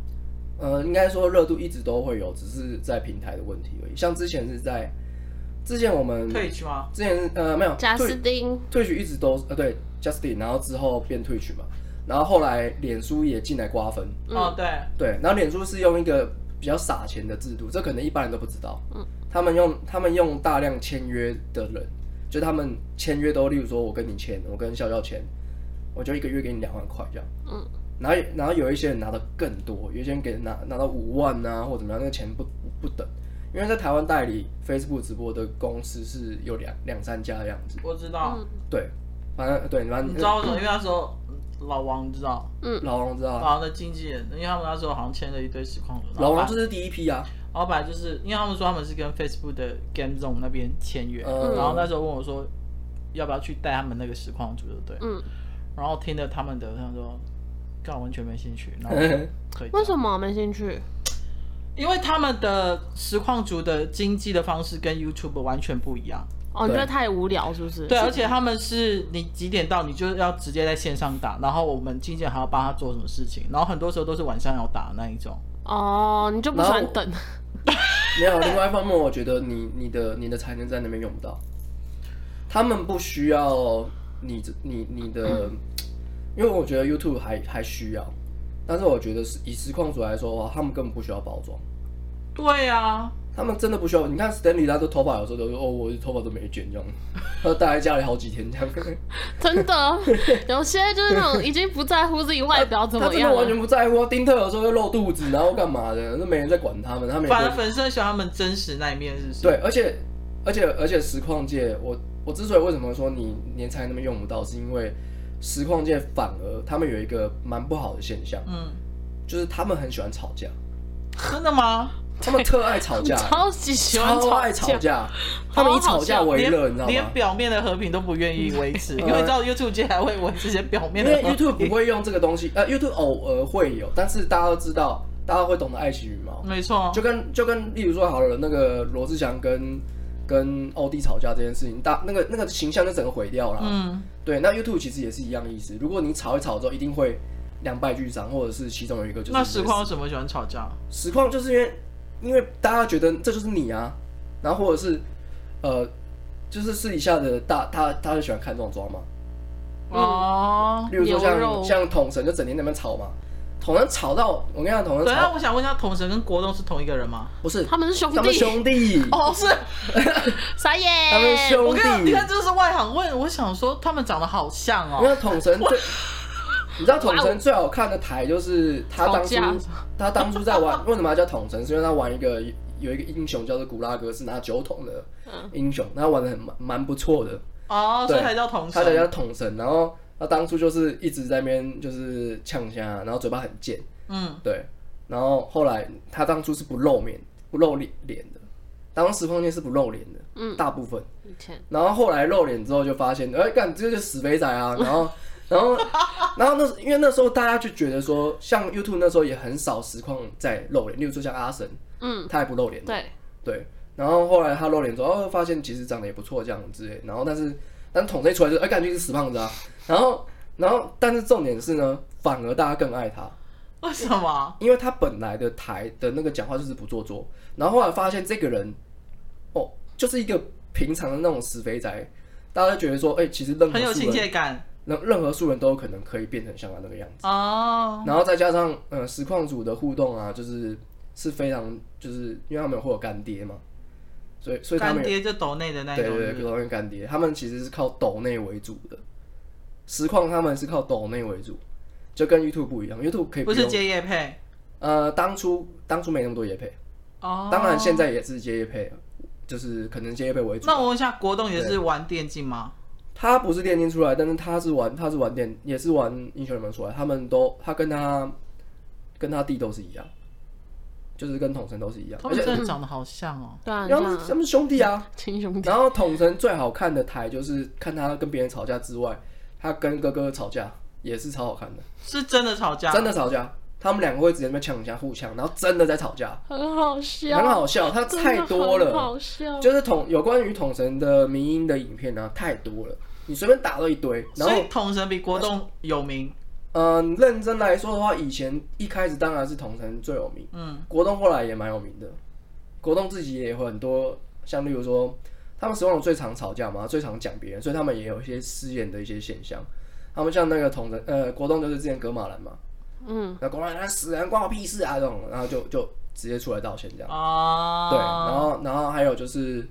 Speaker 2: 呃，应该说热度一直都会有，只是在平台的问题而已。像之前是在之前我们
Speaker 3: 退去吗？
Speaker 2: 之前是呃没有
Speaker 1: 贾斯
Speaker 2: 退
Speaker 1: 汀，
Speaker 2: 退去一直都呃对 Justin，然后之后变退去嘛，然后后来脸书也进来瓜分，
Speaker 1: 嗯
Speaker 3: 哦，对，
Speaker 2: 对，然后脸书是用一个比较撒钱的制度，这可能一般人都不知道。嗯，他们用他们用大量签约的人，就他们签约都，例如说我跟你签，我跟笑笑签，我就一个月给你两万块这样。
Speaker 1: 嗯，
Speaker 2: 然后然后有一些人拿的更多，有一些人给拿拿到五万啊或怎么样，那个钱不不等，因为在台湾代理 Facebook 直播的公司是有两两三家的样子。
Speaker 3: 我知道。
Speaker 1: 嗯
Speaker 2: 对，反正对，反
Speaker 3: 你
Speaker 2: 正
Speaker 3: 知道为什么？因为那时候老王你知道，
Speaker 2: 老王知道啊，
Speaker 3: 老王的经纪人，因为他们那时候好像签了一堆实况组，
Speaker 2: 老王
Speaker 3: 板
Speaker 2: 就是第一批啊。
Speaker 3: 老板就是因为他们说他们是跟 Facebook 的 Game Zone 那边签约，
Speaker 2: 嗯
Speaker 3: 然后那时候问我说要不要去带他们那个实况组，对不对？
Speaker 1: 嗯，
Speaker 3: 然后听了他们的，他们说干完全没兴趣，然后
Speaker 2: 嗯
Speaker 3: 我
Speaker 2: [LAUGHS]
Speaker 3: 说可以。
Speaker 1: 为什么没兴趣？
Speaker 3: 因为他们的实况组的经济的方式跟 YouTube 完全不一样，
Speaker 1: 哦，你
Speaker 2: 对
Speaker 1: 觉得太无聊是不是？
Speaker 3: 对，而且他们是你几点到，你就要直接在线上打，然后我们经纪人还要帮他做什么事情，然后很多时候都是晚上要打那一种。
Speaker 1: 哦，你就不喜
Speaker 2: 然后
Speaker 1: 欢
Speaker 2: 我
Speaker 1: 等，
Speaker 2: 没有，另外一方面，我觉得你你的你的才能在那边用不到，他们不需要你这你你的，因为我觉得 YouTube 还还需要，但是我觉得是以实况组来说的话，他们根本不需要包装，
Speaker 3: 对啊，
Speaker 2: 他们真的不需要。你看 Stanley 他的头发有时候都说哦，我的头发都没卷这样，他就待在家里好几天这样，
Speaker 1: [LAUGHS] 真
Speaker 2: [LAUGHS]
Speaker 1: 的，哦有些就是那种已经不在乎自己外表怎
Speaker 2: 他
Speaker 1: 么
Speaker 2: 真的
Speaker 1: 样
Speaker 2: 完
Speaker 1: 了。
Speaker 2: 全不在乎。丁特有时候会露肚子，然后干嘛的，那没人在管他们，他们也不
Speaker 3: 反
Speaker 2: 会
Speaker 3: 而粉丝很喜欢他们真实那一面，是不是？
Speaker 2: 对，，而且而且而且实况界，我我之所以为什么说你年财那么用不到，是因为实况界反而他们有一个蛮不好的现象，
Speaker 3: 嗯，
Speaker 2: 就是他们很喜欢吵架，
Speaker 3: 真的吗？
Speaker 2: 他们特爱吵架，
Speaker 1: [LAUGHS] 超级喜欢
Speaker 2: 超爱吵
Speaker 1: 吵，
Speaker 2: 架，他们以
Speaker 1: 好好
Speaker 2: 吵架为
Speaker 3: 连
Speaker 2: 乐，你知道吗
Speaker 3: 连？表面的和平都不愿意维
Speaker 2: [LAUGHS]
Speaker 3: 持，因为你知道 YouTube 界还会维持一些表面
Speaker 2: 因
Speaker 3: 的
Speaker 2: 为
Speaker 3: 和平。
Speaker 2: YouTube 不会用这个东西，呃，YouTube 偶尔会有，但是大家都知道，大家会懂得爱惜羽毛，
Speaker 3: 没错，
Speaker 2: 就跟就跟例如说好了，那个罗志祥跟跟奥迪吵架这件事情，大那个那个形象就整个毁掉了，啊
Speaker 3: 嗯，
Speaker 2: 对，那 YouTube 其实也是一样的意思。如果你吵一吵之后，一定会两败俱伤，或者是其中有一个就是
Speaker 3: 那实况为什么喜欢吵架？
Speaker 2: 实况就是因为因为大家觉得这就是你啊，然后或者是呃，就是私底下的大他他就喜欢看这种抓嘛，
Speaker 1: 嗯
Speaker 3: 哦，
Speaker 2: 例如说
Speaker 1: 牛肉
Speaker 2: 像像统神就整天在那边吵嘛，统神吵到我跟你讲，统
Speaker 3: 等
Speaker 2: 神
Speaker 3: 一下，
Speaker 2: 吵
Speaker 3: 我想问一下，统神跟国栋是同一个人吗？
Speaker 2: 不是
Speaker 1: 他们是兄
Speaker 2: 他们
Speaker 1: 弟，
Speaker 2: 兄弟，
Speaker 3: 哦，是，
Speaker 1: 傻
Speaker 2: 他们
Speaker 1: 眼，
Speaker 2: 兄
Speaker 3: 我看，你
Speaker 2: 弟，
Speaker 3: 看，这是外行问，我想说他们长得好像
Speaker 2: 因
Speaker 3: 哦，
Speaker 2: 为统神最。你知道统神最好看的台就是他当初
Speaker 1: 吵架
Speaker 2: [LAUGHS] 他当初在玩，为什么要叫统神？是因为他玩一个有一个英雄叫做古拉格，是拿酒桶的英雄，他玩的很蛮蛮不错的，
Speaker 3: 哦，所以
Speaker 2: 对
Speaker 3: 才叫同
Speaker 2: 他才
Speaker 3: 神。
Speaker 2: 叫桶神。然后他当初就是一直在那边就是呛虾，然后嘴巴很贱，
Speaker 3: 嗯，
Speaker 2: 对。然后后来他当初是不露面、不露脸脸的，当时封建是不露脸的，嗯，大部分。
Speaker 1: 以前
Speaker 2: 然后后来露脸之后就发现，哎、干这就是死肥仔
Speaker 1: [LAUGHS]
Speaker 2: 啊！然后，然后，然后那因为那时候大家就觉得说，像 YouTube 那时候也很少实况在露脸，例如说像阿神，
Speaker 1: 嗯，
Speaker 2: 他也不露脸，
Speaker 1: 对，
Speaker 2: 对。然后后来他露脸之后，哦，发现其实长得也不错这样之类。然后但是，但统一出来就是，哎、感觉是死胖子啊。然后，然后，但是重点是呢，反而大家更爱他。
Speaker 3: 为什么？
Speaker 2: 因为他本来的台的那个讲话就是不做作，然后后来发现这个人，哦，就是一个平常的那种死肥宅，大家都觉得说，哎、其实任何
Speaker 3: 很有
Speaker 2: 素
Speaker 3: 亲
Speaker 2: 人，
Speaker 3: 切感
Speaker 2: 任任何素人都有可能可以变成像他那个样子，
Speaker 3: 哦。
Speaker 2: 然后再加上呃实况组的互动啊，就是是非常就是因为他们会有干爹嘛，所以所以他
Speaker 3: 干
Speaker 2: 们有
Speaker 3: 爹就抖内的那
Speaker 2: 对
Speaker 3: 种，
Speaker 2: 对
Speaker 3: 是不
Speaker 2: 对，
Speaker 3: 是
Speaker 2: 都跟干爹，他们其实是靠抖内为主的，实况他们是靠抖内为主，就跟 YouTube 不一样，YouTube 可以
Speaker 3: 不
Speaker 2: 用
Speaker 3: 是接叶配
Speaker 2: 呃，当初当初没那么多叶配，
Speaker 3: 哦。
Speaker 2: 当然现在也是接叶配，就是可能接叶配为主。
Speaker 3: 那我问一下，国栋也是玩电竞吗？
Speaker 2: 他不是电竞出来，但是他是玩他是玩电也是玩英雄联盟出来，他们都他跟他跟他弟都是一样，就是跟统神都是一样，
Speaker 3: 他
Speaker 2: 而
Speaker 3: 们
Speaker 2: 且
Speaker 3: 真的长得好像哦。
Speaker 1: 对啊，
Speaker 2: 因
Speaker 1: 你
Speaker 2: 为他
Speaker 1: 看
Speaker 2: 们
Speaker 1: 啊
Speaker 2: 他们是兄
Speaker 1: [LAUGHS]
Speaker 2: 弟啊。
Speaker 1: 亲兄弟，
Speaker 2: 然后统神最好看的台就是看他跟别人吵架之外，他跟哥哥吵架也是超好看的，
Speaker 3: 是真的吵架，
Speaker 2: 真的吵架，他们两个会直接在那边呛一下互呛，然后真的在吵架，
Speaker 1: 很好笑，
Speaker 2: 很好笑，他
Speaker 1: 啊真的
Speaker 2: 太多了
Speaker 1: 很。好笑，
Speaker 2: 就是统有关于统神的迷因的影片呢、啊太多了，你随便打都一堆。然
Speaker 3: 所
Speaker 2: 后
Speaker 3: 以，统神比国栋有名。
Speaker 2: 嗯、认真来说的话，以前一开始当然是统神最有名，
Speaker 3: 嗯，
Speaker 2: 国栋后来也蛮有名的。国栋自己也有很多，像例如说，他们使用最常吵架嘛，最常讲别人，所以他们也有一些失言的一些现象。他们像那个统神，呃，国栋就是之前格马兰嘛，
Speaker 1: 嗯，
Speaker 2: 那国马兰死人关我屁事啊这种，然后就就直接出来道歉这样。
Speaker 3: 哦，
Speaker 2: 对，然后然后还有就是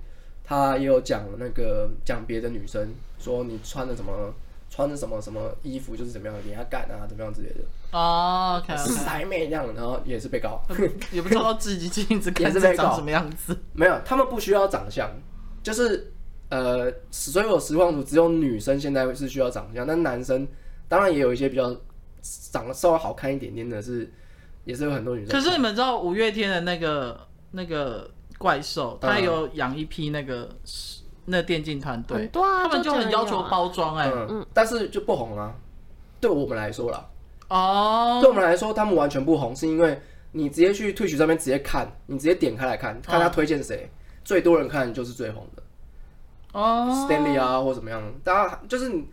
Speaker 2: 他也有讲那个讲别的女生说你穿的什么穿的什么什么衣服就是怎么样给她干啊怎么样之类的，
Speaker 3: 哦，OK，
Speaker 2: 死台妹这样，然后也是被告，
Speaker 3: [LAUGHS] 也不知道自己镜子看
Speaker 2: 也是
Speaker 3: 自
Speaker 2: 被
Speaker 3: 己长
Speaker 2: 告
Speaker 3: 什么样子。
Speaker 2: 没有，他们不需要长相，就是呃，所有实况组只有女生现在是需要长相，但男生当然也有一些比较长得稍微好看一点点的是，也是有很多女生。
Speaker 3: 可是你们知道五月天的那个那个怪兽，他
Speaker 2: 嗯
Speaker 3: 有养一批那个那电竞团
Speaker 1: 很
Speaker 3: 队，
Speaker 1: 多啊，
Speaker 3: 他们就
Speaker 1: 就
Speaker 3: 很要求包装哎。
Speaker 2: 嗯，但是就不红啊，对我们来说啦。对
Speaker 3: 哦，
Speaker 2: 我们来说，他们完全不红，是因为你直接去 Twitch 上面直接看，你直接点开来看，看他推荐谁，最多人看就是最红的、
Speaker 3: 哦
Speaker 2: Stanley 啊，或怎么样。当然，就是你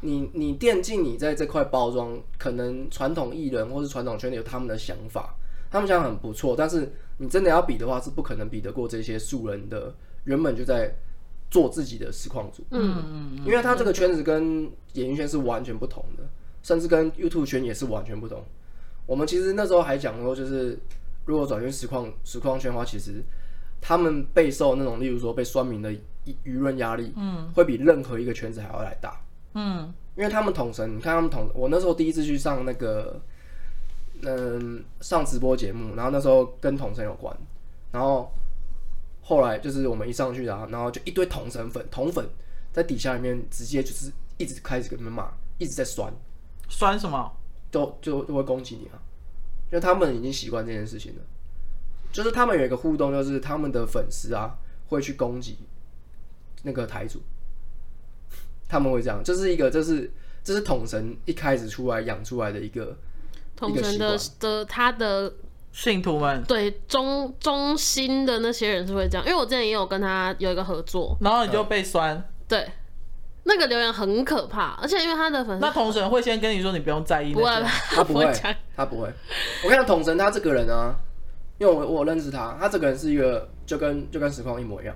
Speaker 2: 你你电竞，你在这块包装，可能传统艺人或是传统圈里有他们的想法，他们想法很不错，但是你真的要比的话，是不可能比得过这些素人的原本就在做自己的实况组。
Speaker 1: 嗯，
Speaker 3: 嗯嗯
Speaker 2: 因为他这个圈子跟演艺圈是完全不同的，甚至跟 YouTube 圈也是完全不同。我们其实那时候还讲说，就是如果转去实况实况圈的话，其实他们备受那种，例如说被酸民的舆舆论压力，嗯，会比任何一个圈子还要来大。
Speaker 3: 嗯，
Speaker 2: 因为他们统神，你看他们统，我那时候第一次去上那个，嗯，上直播节目，然后那时候跟统神有关，然后后来就是我们一上去啊，然后就一堆统神粉、统粉在底下里面直接就是一直开始跟他们骂，一直在酸，
Speaker 3: 酸什么？
Speaker 2: 都就就会攻击你啊，因为他们已经习惯这件事情了，就是他们有一个互动，就是他们的粉丝啊会去攻击那个台主，他们会这样，这是一个这是这是统神一开始出来养出来的一个
Speaker 1: 同城
Speaker 2: 一
Speaker 1: 的
Speaker 2: 个习
Speaker 1: 的他的
Speaker 3: 信徒们，
Speaker 1: 对中中心的那些人是会这样，因为我之前也有跟他有一个合作，
Speaker 3: 然后你就
Speaker 2: 嗯
Speaker 3: 被酸。
Speaker 1: 对，那个留言很可怕，而且因为他的粉丝
Speaker 3: 那同神会先跟你说，你不用在意
Speaker 1: 不会啊
Speaker 3: 那些。，
Speaker 2: 他不会
Speaker 1: [LAUGHS] 我讲，
Speaker 2: 他不会。我看统神他这个人啊，因为我我认识他，他这个人是一个就跟就跟实况一模一样，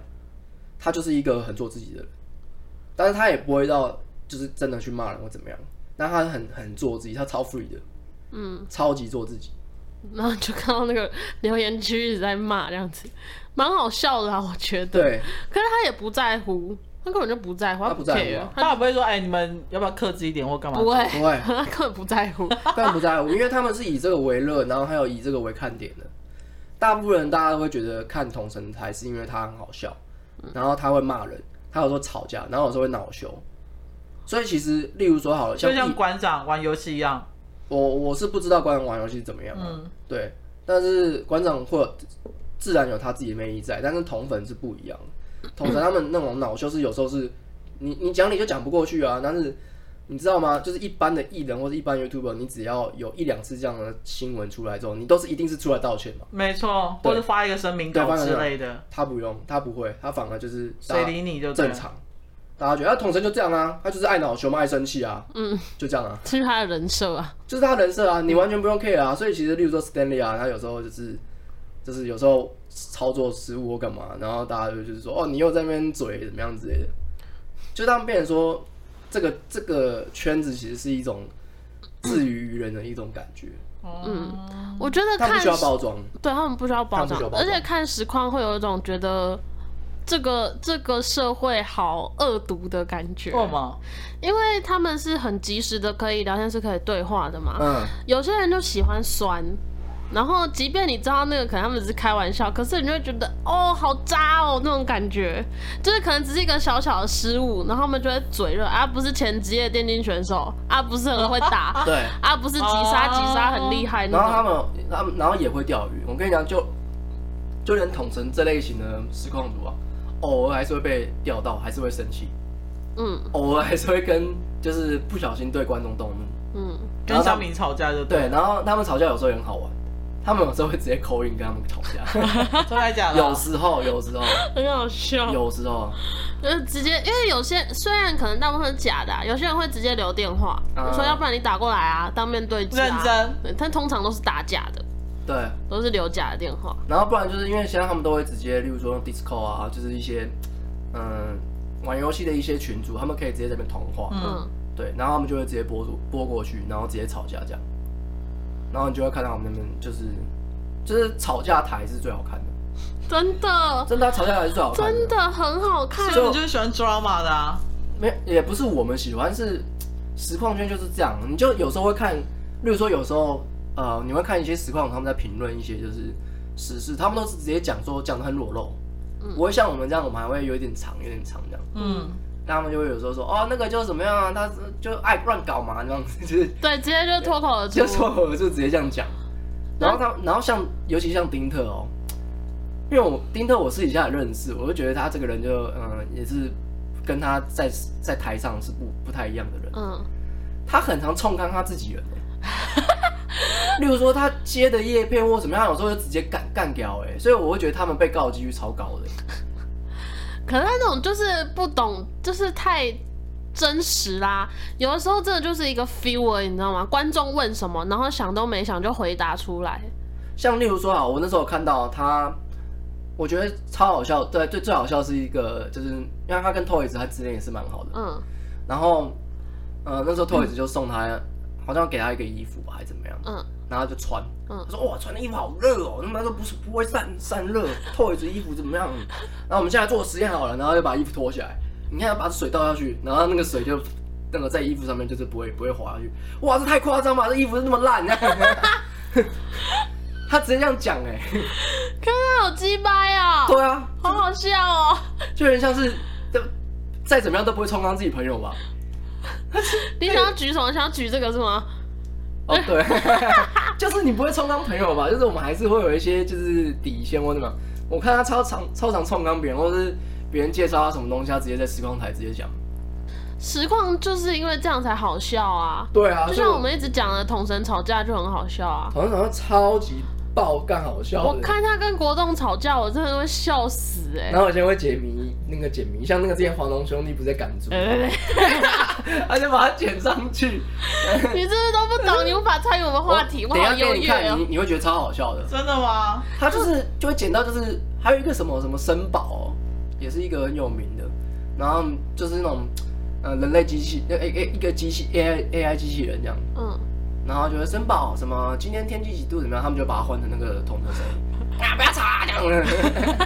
Speaker 2: 他就是一个很做自己的人，但是他也不会到就是真的去骂人或怎么样，但他很很做自己，他超 free 的，嗯，超级做自己。
Speaker 1: 然后就看到那个留言区一直在骂这样子，蛮好笑的啊，我觉得。
Speaker 2: 对，
Speaker 1: 可是他也不在乎，他根本就不在乎，
Speaker 2: 他不
Speaker 1: 不
Speaker 2: 在乎
Speaker 1: care，
Speaker 2: 啊
Speaker 3: 他也不会说，哎，你们要不要克制一点或干嘛？
Speaker 1: 不会， [LAUGHS]
Speaker 2: 不会
Speaker 1: 他根本不在乎。
Speaker 2: 但不在乎，因为他们是以这个为乐，然后还有以这个为看点的。大部分人大家都会觉得看同神台是因为他很好笑，然后他会骂人，他有时候吵架，然后有时候会恼羞。所以其实，例如说好了，像
Speaker 3: 就像
Speaker 2: 一
Speaker 3: 馆长玩游戏一样，
Speaker 2: 我我是不知道馆长玩游戏怎么样、啊，
Speaker 3: 嗯，
Speaker 2: 对，但是馆长会有自然有他自己的魅力在，但是同粉是不一样的。同粉他们那种恼羞是有时候是你你讲理就讲不过去啊，但是你知道吗？就是一般的艺人或者一般 YouTuber，你只要有一两次这样的新闻出来之后，你都是一定是出来道歉的。
Speaker 3: 没错，或者发一个声明
Speaker 2: 对
Speaker 3: 稿
Speaker 2: 发个
Speaker 3: 之类的，
Speaker 2: 他不用，他不会，他反而就是大
Speaker 3: 谁
Speaker 2: 家
Speaker 3: 理你就对
Speaker 2: 正
Speaker 3: 了。
Speaker 2: 常，大家觉得他同神就这样啊，他就是爱恼羞嘛，爱生气啊，嗯，就这样啊。
Speaker 1: 这是他的人设啊。
Speaker 2: 就是他人设啊，你完全不用 care 啊。所以其实，例如说 Stanley 啊，他有时候就是就是有时候操作失误或干嘛，然后大家就就是说，哦，你又在那边嘴怎么样之类的，就让变成说，这个这个圈子其实是一种自娱于人的一种感觉，
Speaker 3: 嗯，
Speaker 1: 我觉得
Speaker 2: 他不
Speaker 1: 看
Speaker 2: 需要包装。
Speaker 1: 对他们不需要包
Speaker 2: 他们不
Speaker 1: 装
Speaker 2: 需要，包
Speaker 1: 而
Speaker 2: 装
Speaker 1: 且看实况会有一种觉得这个这个社会好恶毒的感觉，
Speaker 3: 为什么？
Speaker 1: 因为他们是很及时的，可以聊天是可以对话的嘛。
Speaker 2: 嗯，
Speaker 1: 有些人就喜欢酸，然后即便你知道那个可能他们只是开玩笑，可是你就会觉得哦好渣哦那种感觉，就是可能只是一个小小的失误，然后他们就会嘴热啊，不是前职业电竞选手啊，不是很会打
Speaker 2: 对。
Speaker 1: 啊，不是击杀击杀很厉害那
Speaker 2: 哦
Speaker 1: 种。
Speaker 2: 然后他们他们然后也会钓鱼，我跟你讲，就就连统神这类型的实况主啊，偶尔还是会被钓到，还是会生气。
Speaker 1: 嗯
Speaker 2: 偶尔还是会跟就是不小心对观众动怒，
Speaker 1: 嗯，
Speaker 2: 然
Speaker 3: 跟
Speaker 2: 后他
Speaker 3: 小敏吵架就
Speaker 2: 对，，然后他们吵架有时候也很好玩，他们有时候会直接口音跟他们吵
Speaker 1: [LAUGHS]
Speaker 2: 架，
Speaker 3: 真的假的？啊
Speaker 2: 有时候有时候
Speaker 1: 很好笑。
Speaker 2: 有时候，
Speaker 1: 就是直接，因为有些虽然可能大部分是假的、啊，有些人会直接留电话，
Speaker 2: 啊
Speaker 1: 说要不然你打过来啊，当面对质啊。
Speaker 3: 认真，
Speaker 1: 对，但通常都是打假的，
Speaker 2: 对，
Speaker 1: 都是留假的电话。
Speaker 2: 然后不然就是因为现在他们都会直接，例如说用 Discord 啊，就是一些嗯玩游戏的一些群主，他们可以直接在那边通话，
Speaker 3: 嗯，
Speaker 1: 嗯，
Speaker 2: 对，然后他们就会直接播出播过去，然后直接吵架这样，然后你就会看到他们那边就是就是吵架台是最好看的，
Speaker 1: 真的，
Speaker 2: 真的啊吵架台是最好看
Speaker 1: 真的很好看。
Speaker 3: 所以你就是喜欢 drama 的啊，
Speaker 2: 没也不是我们喜欢，是实况圈就是这样。你就有时候会看，例如说有时候呃，你会看一些实况他们在评论一些就是时事，他们都是直接讲说讲的很裸露，不会像我们这样，我们还会有一点长有点长这样。
Speaker 3: 嗯，
Speaker 2: 但他们就会有时候说哦，那个就是怎么样啊，他是就爱乱搞嘛，这样子就是
Speaker 1: 对，直接就脱口而出
Speaker 2: [LAUGHS] 就。说我就直接这样讲。然后他，然后像尤其像丁特哦，因为我丁特我私底下也认识，我就觉得他这个人就嗯也是跟他在在台上是不不太一样的人，
Speaker 1: 嗯，
Speaker 2: 他很常冲康他自己人欸。例如说他接的叶片或怎么样，有时候就直接干干掉哎，所以我会觉得他们被告的几率超高的。
Speaker 1: 可是那种就是不懂，就是太真实啦。有的时候真的就是一个 feel，而已你知道吗？观众问什么，然后想都没想就回答出来。
Speaker 2: 像例如说啊，我那时候有看到他，我觉得超好笑，对，最最好笑是一个，就是因为他跟 Toys 他之间也是蛮好的，
Speaker 1: 嗯
Speaker 2: 然后，呃，那时候 Toys 就送他，好像给他一个衣服吧，还是怎么样，
Speaker 1: 嗯
Speaker 2: 然后他就穿，
Speaker 1: 嗯
Speaker 2: 他说哇，穿的衣服好热哦，他妈都不是不会散散热，Toys [LAUGHS] 衣服怎么样？然后我们现在做实验好了，然后就把衣服脱下来，你看把水倒下去，然后那个水就那个在衣服上面就是不会不会滑下去，哇，这太夸张吧，这衣服是那么烂， [LAUGHS] 他直接这样讲哎、
Speaker 1: 那好鸡巴呀，
Speaker 2: 对啊，
Speaker 1: 好好笑哦。
Speaker 2: 就有点像是，就再怎么样都不会冲康自己朋友吧。
Speaker 1: 你想要举什么？想要举这个是吗？
Speaker 2: 哦，对， [LAUGHS] 就是你不会充当朋友吧？就是我们还是会有一些就是底线或者什么。我看他超常超常充当别人，或是别人介绍他什么东西，他直接在时光台直接讲。
Speaker 1: 实况就是因为这样才好笑啊。
Speaker 2: 对啊，
Speaker 1: 就像我们一直讲的，同神吵架就很好笑啊。
Speaker 2: 好像好像超级爆干好笑的。
Speaker 1: 我看他跟国栋吵架，我真的会笑死哎、
Speaker 2: 然后我现在会解谜，那个解谜，像那个之前黄龙兄弟不是在赶猪，
Speaker 1: 对对
Speaker 2: 他就把它剪上去。
Speaker 1: 对， [LAUGHS] 你是不是都不
Speaker 2: [LAUGHS]
Speaker 1: 懂？你无法参与我们话题，我
Speaker 2: 等一
Speaker 1: 好
Speaker 2: 下
Speaker 1: 优
Speaker 2: 给你
Speaker 1: 越
Speaker 2: 看，
Speaker 1: 哦
Speaker 2: 你、你会觉得超好笑的。
Speaker 3: 真的吗？
Speaker 2: 他就是就会捡到，就是还有一个什么什么森宝、哦，也是一个很有名的，然后就是那种呃人类机器，呃诶诶一个机器 AI AI 机器人这样，
Speaker 1: 嗯，
Speaker 2: 然后觉得森宝什么今天天气几度怎么样，他们就把它换成那个同
Speaker 1: [LAUGHS]
Speaker 2: 的声音，啊不要吵啊这样，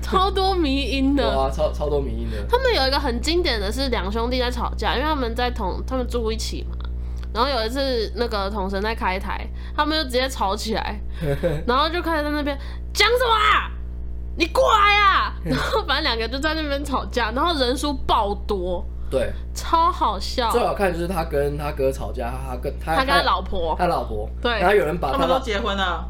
Speaker 1: 超多迷音的。
Speaker 2: 哇超超多迷音的，
Speaker 1: 他们有一个很经典的是两兄弟在吵架，因为他们在同他们住一起嘛。然后有一次，那个同神在开台，他们就直接吵起
Speaker 2: [LAUGHS]
Speaker 1: 来，然后就开始在那边讲什么、啊，你过来
Speaker 2: [LAUGHS]
Speaker 1: 啊！然后反正两个就在那边吵架，然后人数爆多，
Speaker 2: 对，
Speaker 1: 超好笑。
Speaker 2: 最好看就是他跟他哥吵架，他跟他
Speaker 1: 他跟他老婆，
Speaker 2: 他老婆，
Speaker 1: 对
Speaker 2: 然后有人把
Speaker 3: 他
Speaker 2: 他
Speaker 3: 们都
Speaker 2: 老
Speaker 3: 结婚了，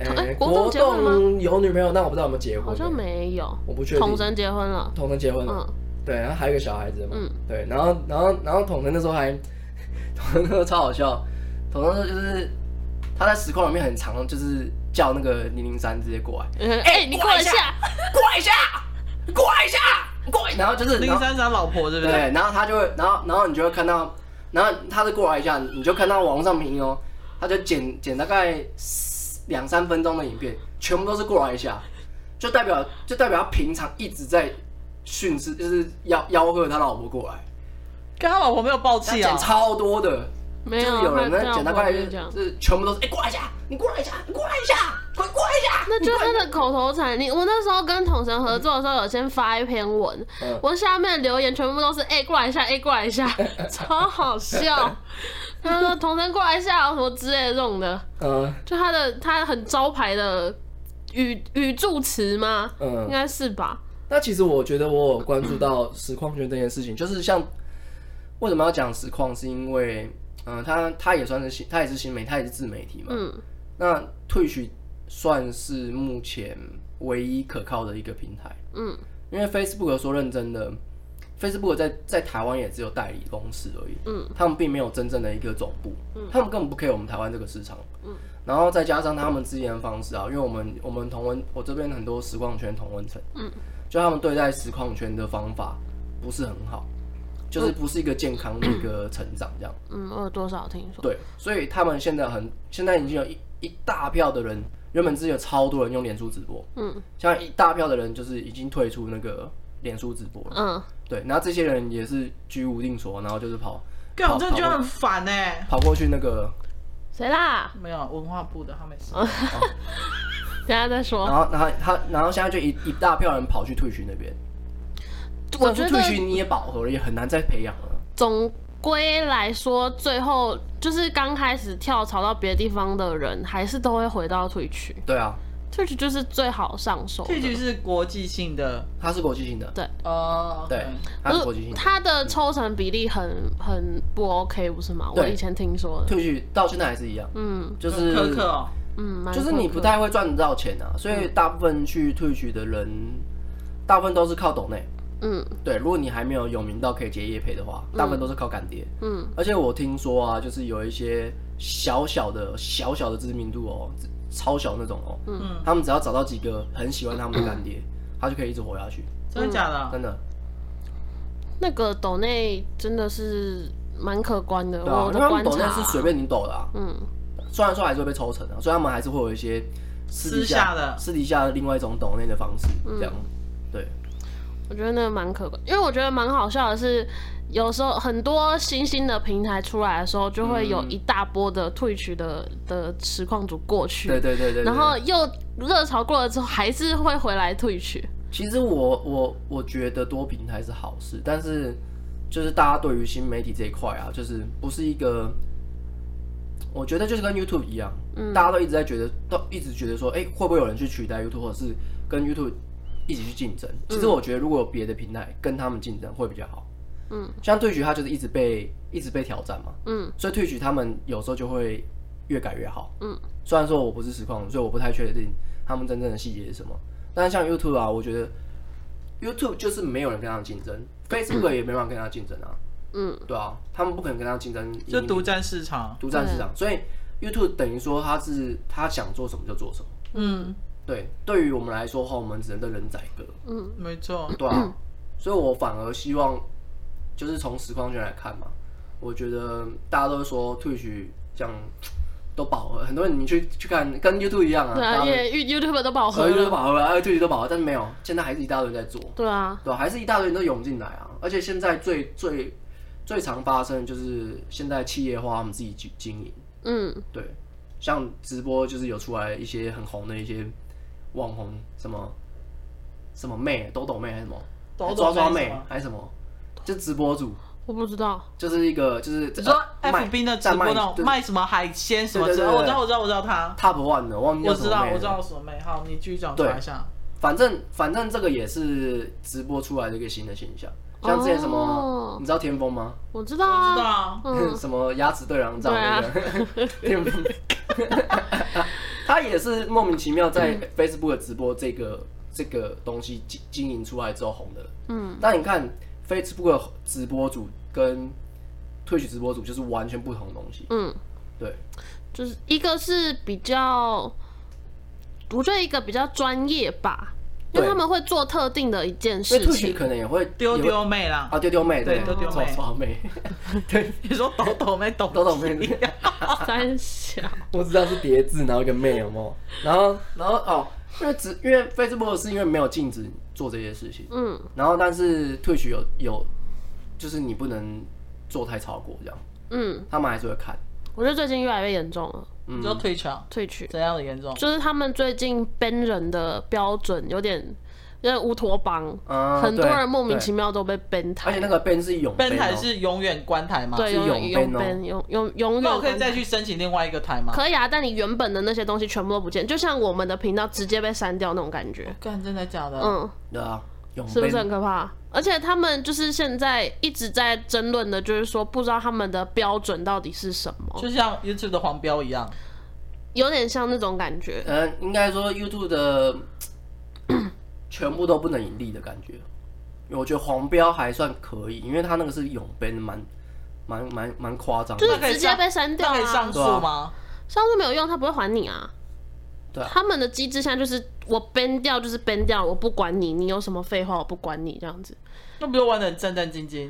Speaker 1: 哎
Speaker 2: 哎
Speaker 1: 国栋
Speaker 2: 国
Speaker 1: 结婚了吗
Speaker 2: 栋有女朋友，但我不知道有没有结婚，
Speaker 1: 好像，没有，
Speaker 2: 我不确定。
Speaker 1: 童神结婚了，
Speaker 2: 童晨结婚了，
Speaker 1: 嗯，
Speaker 2: 对，然后还有一个小孩子嘛，
Speaker 1: 嗯
Speaker 2: 对，然后然后然后统神那时候还，统神那时候超好笑，统神那时候就是他在实况里面很常就是叫那个零零三直接过来，
Speaker 1: 哎、你过来一下，
Speaker 2: 嗯哎过来一下，过来一下，过来，然后就是
Speaker 3: 零
Speaker 2: 然后
Speaker 3: 三三老婆对不对？
Speaker 2: 对，然后他就会，然后然后你就会看到，然后他就过来一下，你就看到网络上评哦，他就剪剪大概两三分钟的影片，全部都是过来一下，就代表就代表他平常一直在训斥，就是吆吆喝他老婆过来，
Speaker 3: 跟他老婆没有爆
Speaker 2: 他
Speaker 3: 气啊
Speaker 2: 剪，超多的，
Speaker 1: 没
Speaker 2: 就是
Speaker 1: 啊有，
Speaker 2: 有人
Speaker 1: 他
Speaker 2: 呢
Speaker 1: 跟
Speaker 2: 剪
Speaker 1: 他
Speaker 2: 大
Speaker 1: 老婆
Speaker 2: 概
Speaker 1: 就
Speaker 2: 就是
Speaker 1: 这样。
Speaker 2: 是全部都是哎、过来一下，你过来一下，你过来一下，快过来一下，
Speaker 1: 那
Speaker 2: 你
Speaker 1: 就是 [LAUGHS]
Speaker 2: 过来
Speaker 1: 他的口头禅。你我那时候跟统神合作的时候，有先发一篇文，
Speaker 2: 嗯
Speaker 1: 我下面的留言全部都是“哎、过来一下，哎、过来一
Speaker 2: [LAUGHS]
Speaker 1: 下”，超好笑。他说“统神过来一下”啊什么之类的这种的，
Speaker 2: 嗯
Speaker 1: 就他的他很招牌的语语助词吗？应
Speaker 2: 嗯，
Speaker 1: 该是吧。
Speaker 2: 那其实我觉得我有关注到实况圈这件事情，就是像为什么要讲实况，是因为嗯、呃他他也算是新，他也是新媒，他也是自媒体嘛。
Speaker 1: 嗯，
Speaker 2: 那退许算是目前唯一可靠的一个平台。
Speaker 1: 嗯，
Speaker 2: 因为 Facebook 说认真的，Facebook 在在台湾也只有代理公司而已。
Speaker 1: 嗯，
Speaker 2: 他们并没有真正的一个总部，他们根本不 care 我们台湾这个市场。
Speaker 1: 嗯
Speaker 2: 然后再加上他们之前的方式啊，因为我们我们同温，我这边很多实况圈同温层，
Speaker 1: 嗯，
Speaker 2: 就他们对待实况圈的方法不是很好，就是不是一个健康的一个成长这样。
Speaker 1: 嗯，我有多少听说？
Speaker 2: 对，所以他们现在很，现在已经有一一大票的人，原本之前有超多人用脸书直播，
Speaker 1: 嗯
Speaker 2: 现在一大票的人就是已经退出那个脸书直播了。
Speaker 1: 嗯，
Speaker 2: 对，然后这些人也是居无定所，然后就是跑
Speaker 3: 干我真的觉得很烦欸呢。
Speaker 2: 跑过去那个，
Speaker 1: 谁啦？
Speaker 3: 没有啊文化部的，他没事。
Speaker 2: 嗯
Speaker 1: 等一下再说
Speaker 2: 然。后然后他然后现在就一一大票人跑去退群那边，
Speaker 1: 我觉
Speaker 2: 退
Speaker 1: 得
Speaker 2: 群你也饱和了，也很难再培养了。
Speaker 1: 总归来说，最后就是刚开始跳槽到别的地方的人，还是都会回到退区。
Speaker 2: 对啊，
Speaker 1: 退区就是最好上手的。
Speaker 3: 这局是国际性的，
Speaker 2: 他是国际性的，
Speaker 3: 哦，
Speaker 2: 对
Speaker 3: OK，
Speaker 2: 他是
Speaker 1: 呃
Speaker 2: 国际性的。嗯
Speaker 1: 它的抽成比例很很不 OK，不是吗？
Speaker 2: 对
Speaker 1: 我以前听说的。
Speaker 2: 退群到现在还是一样，
Speaker 1: 嗯
Speaker 2: 就是
Speaker 3: 苛刻哦，
Speaker 1: 嗯，蛮
Speaker 2: 就是你不
Speaker 1: 苛刻嗯
Speaker 2: 太会赚得到钱啊，所以大部分去退取的人，大部分都是靠抖内。
Speaker 1: 嗯
Speaker 2: 对，如果你还没有有名到可以接业配的话，大部分都是靠干爹。
Speaker 1: 嗯
Speaker 2: 而且我听说啊，就是有一些小小的、小小的知名度哦，超小那种哦，
Speaker 3: 嗯，
Speaker 2: 他们只要找到几个很喜欢他们的干爹，他就可以一直活下去。
Speaker 3: 真的假的？
Speaker 2: 真的，
Speaker 1: 那个抖内真的是蛮可观的，
Speaker 2: 对啊，
Speaker 1: 我
Speaker 2: 因为
Speaker 1: 的
Speaker 2: 他
Speaker 1: 观
Speaker 2: 们抖内
Speaker 1: 察。
Speaker 2: 是随便你抖的啊，
Speaker 1: 嗯
Speaker 2: 虽然说还是会被抽成的、啊，所以他们还是会有一些私底
Speaker 3: 私下的
Speaker 2: 私底下的另外一种抖内的方式，
Speaker 1: 嗯
Speaker 2: 这样，对，
Speaker 1: 我觉得那个蛮可观，因为我觉得蛮好笑的是，有时候很多新兴的平台出来的时候，就会有
Speaker 2: 嗯
Speaker 1: 一大波的退取的的实况主过去，
Speaker 2: 对对对对对。
Speaker 1: 然后又热潮过了之后，还是会回来退取。
Speaker 2: 其实我我我觉得多平台是好事，但是就是大家对于新媒体这一块啊，就是不是一个，我觉得就是跟 YouTube 一样，
Speaker 1: 嗯
Speaker 2: 大家都一直在觉得，都一直觉得说，哎、会不会有人去取代 YouTube，或者是跟 YouTube 一起去竞争？其实我觉得如果有别的平台跟他们竞争会比较好。
Speaker 1: 嗯，
Speaker 2: 像退取它就是一直被一直被挑战嘛，
Speaker 1: 嗯
Speaker 2: 所以退取他们有时候就会越改越好。
Speaker 1: 嗯，
Speaker 2: 虽然说我不是实况，所以我不太确定他们真正的细节是什么。但是像 YouTube 啊，我觉得 YouTube 就是没有人跟他们
Speaker 1: [COUGHS]
Speaker 2: 竞争，Facebook 也没办法跟他竞争啊。
Speaker 1: 嗯，
Speaker 2: 对啊，他们不可能跟他竞争，
Speaker 3: 就
Speaker 2: 赢
Speaker 3: 独占市场，
Speaker 2: 独占市
Speaker 1: 嗯
Speaker 2: 场。所以 YouTube 等于说他是他想做什么就做什么。
Speaker 3: 嗯，
Speaker 2: 对，对于我们来说的话，我们只能任人宰割。
Speaker 1: 嗯
Speaker 3: 没错，
Speaker 2: 对啊，所以我反而希望，就是从实况圈来看嘛，我觉得大家都说退学这样都饱和，很多人你去去看跟 YouTube 一样啊，
Speaker 1: 对
Speaker 2: 大
Speaker 1: 啊，因
Speaker 2: 家都
Speaker 1: 为 You- YouTube 都饱和
Speaker 2: 合约都
Speaker 1: 了。
Speaker 2: 饱和了，哎，退学都饱和，但是没有，现在还是一大堆人在做，
Speaker 1: 对啊，
Speaker 2: 对吧、还是一大堆人都涌进来啊，而且现在最最最常发生的就是现在企业化他们自己去经营，
Speaker 1: 嗯，
Speaker 2: 对，像直播就是有出来一些很红的一些网红，什么什么妹、抖抖妹还是什么。
Speaker 3: 抖
Speaker 2: 抓
Speaker 3: 抖
Speaker 2: 抓
Speaker 3: 妹
Speaker 2: 妹
Speaker 3: 是吗
Speaker 2: 还是什么，就直播主，
Speaker 1: 我不知道，
Speaker 2: 就是一个就是
Speaker 3: 你说
Speaker 2: 呃卖
Speaker 3: FB 的直播
Speaker 2: 在
Speaker 3: 那种卖什么海鲜什么
Speaker 2: 对
Speaker 3: 之
Speaker 2: 对
Speaker 3: 类，
Speaker 2: 对
Speaker 3: 哦
Speaker 2: 对
Speaker 3: 我知道，我知道，我知道他，
Speaker 2: Top One 的，忘记叫
Speaker 3: 我
Speaker 2: 什
Speaker 3: 知
Speaker 2: 么
Speaker 3: 道，
Speaker 2: 妹
Speaker 3: 我
Speaker 2: 了
Speaker 3: 知道我什么妹。好，你继续讲，
Speaker 2: 对
Speaker 3: 查一下。
Speaker 2: 反正反正这个也是直播出来的一个新的形象，像之前什么，
Speaker 1: 哦
Speaker 2: 你知道田丰吗？
Speaker 1: 我知道
Speaker 3: 我知
Speaker 1: 啊，
Speaker 3: 道，
Speaker 1: 嗯
Speaker 2: 什么牙齿对狼照
Speaker 3: 啊
Speaker 2: 那
Speaker 3: [LAUGHS]
Speaker 2: 个田丰，他也是莫名其妙在
Speaker 3: 嗯
Speaker 2: Facebook 的直播这个这个东西经经营出来之后红的。
Speaker 1: 嗯，
Speaker 2: 但你看 Facebook 的直播主跟 Twitch 直播主就是完全不同的东西。
Speaker 1: 嗯，
Speaker 2: 对，
Speaker 1: 就是一个是比较，我觉得一个比较专业吧，因为
Speaker 2: 对
Speaker 1: 他们会做特定的一件
Speaker 2: 所以
Speaker 1: 事
Speaker 2: Twitch
Speaker 1: 情，
Speaker 2: 可能也会
Speaker 3: 丢
Speaker 2: 也会
Speaker 3: 丢妹啦，
Speaker 2: 啊丢丢妹
Speaker 3: 对丢丢妹
Speaker 2: 草草妹， [LAUGHS]
Speaker 3: 你说抖抖妹，抖
Speaker 2: 抖抖妹。
Speaker 3: [LAUGHS]
Speaker 1: 三小，
Speaker 2: 我知道是叠字，然后一个妹，有没有？ [LAUGHS] 然后，然后哦，因为只因为 Facebook 是因为没有禁止你做这些事情，
Speaker 1: 嗯，
Speaker 2: 然后但是退学有有，就是你不能做太超过这样，
Speaker 1: 嗯，
Speaker 2: 他们还是会看。
Speaker 1: 我觉得最近越来越严重了，
Speaker 3: 你说退场
Speaker 1: 退去
Speaker 3: 怎样的严重？
Speaker 1: 就是他们最近 ban 人的标准有点有点乌托邦，
Speaker 2: 啊，
Speaker 1: 很多
Speaker 2: 对
Speaker 1: 人莫名其
Speaker 2: 对
Speaker 1: 妙都被 ban 台，
Speaker 2: 而且那个 ban 是永 ban
Speaker 3: 奔台
Speaker 2: 哦
Speaker 3: 是永远关台吗？
Speaker 1: 对，
Speaker 2: 是
Speaker 1: 永远
Speaker 2: 永
Speaker 1: 永
Speaker 2: ban 哦
Speaker 1: ban 永永永
Speaker 3: 那
Speaker 1: 远
Speaker 3: 我可
Speaker 1: 关
Speaker 3: 以再去申请另外一个台吗？
Speaker 1: 可以啊，但你原本的那些东西全部都不见，就像我们的频道直接被删掉那种感觉，
Speaker 3: 干，真的假的？
Speaker 1: 嗯，
Speaker 2: 对啊，永
Speaker 1: 是不是很
Speaker 2: ban
Speaker 1: 可怕？而且他们就是现在一直在争论的，就是说不知道他们的标准到底是什么，
Speaker 3: 就像 YouTube 的黄标一样，
Speaker 1: 有点像那种感觉。
Speaker 2: 嗯，应该说 YouTube 的 [CLEARS THROAT] 全部都不能盈利的感觉。因为我觉得黄标还算可以，因为他那个是永 ban，蛮蛮蛮蛮夸张的，
Speaker 1: 就是
Speaker 3: 那可以
Speaker 1: 直接
Speaker 3: 上
Speaker 1: 被删掉
Speaker 3: 那
Speaker 1: 啊
Speaker 3: 可以上诉吗？
Speaker 1: 上次没有用，他不会还你啊。
Speaker 2: 对啊
Speaker 1: 他们的机制现在就是我 ban 掉就是 ban 掉，我不管你，你有什么废话我不管你这样子。
Speaker 3: 那不就玩的很战战兢兢？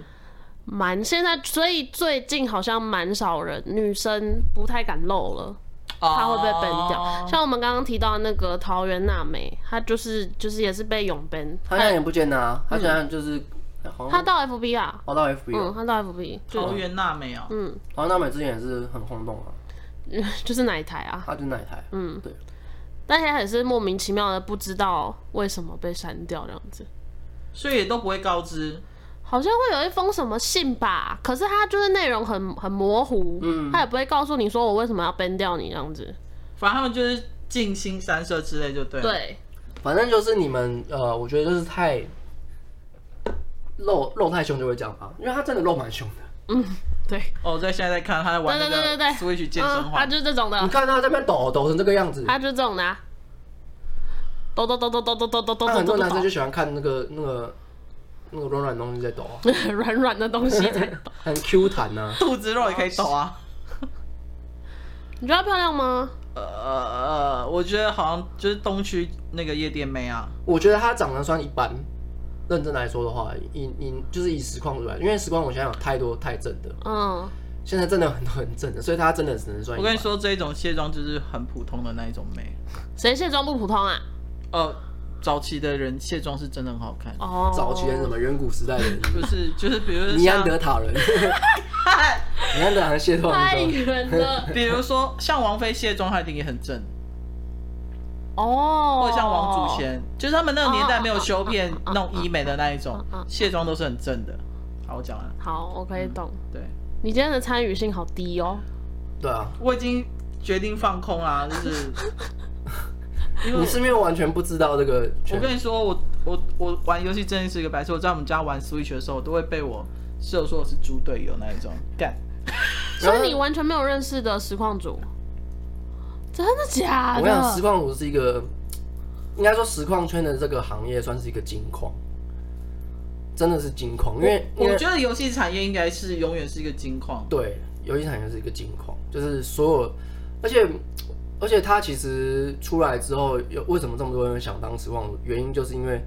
Speaker 1: 蛮现在，所以最近好像蛮少人，女生不太敢露了，
Speaker 3: 他
Speaker 1: 怕会被
Speaker 3: 哦
Speaker 1: ban 掉。
Speaker 2: 哦
Speaker 1: 像我们刚刚提到那个桃园娜美，她就是就是也是被永 ban，
Speaker 2: 他现在也不见啦、他现在就是好
Speaker 1: 她
Speaker 2: 像
Speaker 1: 到 FB 啊，
Speaker 2: 跑到 FB
Speaker 1: 嗯，
Speaker 2: 了。
Speaker 1: 她到 FB，
Speaker 3: 桃园娜美啊，
Speaker 1: 嗯，
Speaker 2: 好像娜美之前也是很轰动啊，
Speaker 1: 嗯就是哪一台啊？
Speaker 2: 他就是那一台，嗯，对，
Speaker 1: 但她也是莫名其妙的不知道为什么被删掉这样子。
Speaker 3: 所以也都不会告知。
Speaker 1: 好像会有一封什么信吧，可是它就是内容很很模糊，嗯，他也不会告诉你说我为什么要 ban 掉你这样子。
Speaker 3: 反正他们就是静心三社之类，就对。，
Speaker 1: 对，
Speaker 2: 反正就是你们呃，我觉得就是太露露太凶就会这样吧，因为他真的露蛮凶的。
Speaker 1: 对，
Speaker 3: 哦，我在现在在看他在玩那
Speaker 1: 对对对对
Speaker 3: 个
Speaker 1: 对
Speaker 3: Switch 健身
Speaker 1: 嗯，他
Speaker 3: 环，
Speaker 1: 就是这种
Speaker 2: 你
Speaker 1: 的，
Speaker 2: 看他这边抖抖成这个样子，
Speaker 1: 他就是这种的、啊，抖抖抖抖抖抖抖抖抖
Speaker 2: 那
Speaker 1: 抖
Speaker 2: 很多
Speaker 1: 抖
Speaker 2: 男生
Speaker 1: 抖
Speaker 2: 就，喜欢看那个那个那个软软的东西在抖啊，
Speaker 1: 软软的东西
Speaker 2: [LAUGHS]
Speaker 1: 在抖。
Speaker 2: 很 Q 弹呐、啊。
Speaker 3: 肚子肉也可以抖啊。
Speaker 1: 你觉得她漂亮吗？
Speaker 3: 呃呃，我觉得好像就是东区那个夜店妹啊，
Speaker 2: 我觉得他长得算一般，认真来说的话，以以就是以实况来，因为实况我现在有太多太正的，
Speaker 1: 嗯，
Speaker 2: 现在真的很多很正的，所以他真的只能算一
Speaker 3: 我
Speaker 2: 般。
Speaker 3: 跟你说，这一种卸妆就是很普通的那一种妹。
Speaker 1: 谁卸妆不普通啊？
Speaker 3: 呃，早期的人卸妆是真的很好看，
Speaker 1: 哦，
Speaker 2: 早期的什么远古时代的人，
Speaker 3: 就是哦就是，比如说
Speaker 2: 尼安
Speaker 3: 像哎
Speaker 2: 德塔人，尼安德塔人卸妆
Speaker 1: 太
Speaker 2: 的时
Speaker 1: 远了
Speaker 3: [LAUGHS] 比如说像王菲卸妆，她一定也很正，
Speaker 1: 哦，
Speaker 3: 或者像王祖，贤，就是他们那个年代没有修片
Speaker 1: 哦哦哦哦哦
Speaker 3: 那种医美的那一种
Speaker 1: 哦哦
Speaker 3: 卸妆都是很正的。好，我讲完了。
Speaker 1: 好，我
Speaker 2: 嗯
Speaker 1: 可以懂。
Speaker 3: 对，
Speaker 1: 你今天的参与性好低哦，
Speaker 2: 候，对啊，
Speaker 3: 我已经决定放空啦，就是
Speaker 2: 你是没有完全不知道这个
Speaker 3: 我
Speaker 2: 圈
Speaker 3: 跟你说，我我我玩游戏真的是一个白痴。我在我们家玩 Switch 的时候，我都会被我室友说我是猪队友那一种干。
Speaker 1: 所以你完全没有认识的实况组，真的假
Speaker 2: 我跟你讲，实
Speaker 1: 的？
Speaker 2: 况组是一个，应该说实况圈的这个行业算是一个金矿，真的是金矿，因为因
Speaker 3: 我
Speaker 2: 为
Speaker 3: 觉得游戏产业应该是永远是一个金矿。
Speaker 2: 对游戏产业是一个金矿，就是所有，而且而且它其实出来之后，有为什么这么多人想当实况主？原因就是因为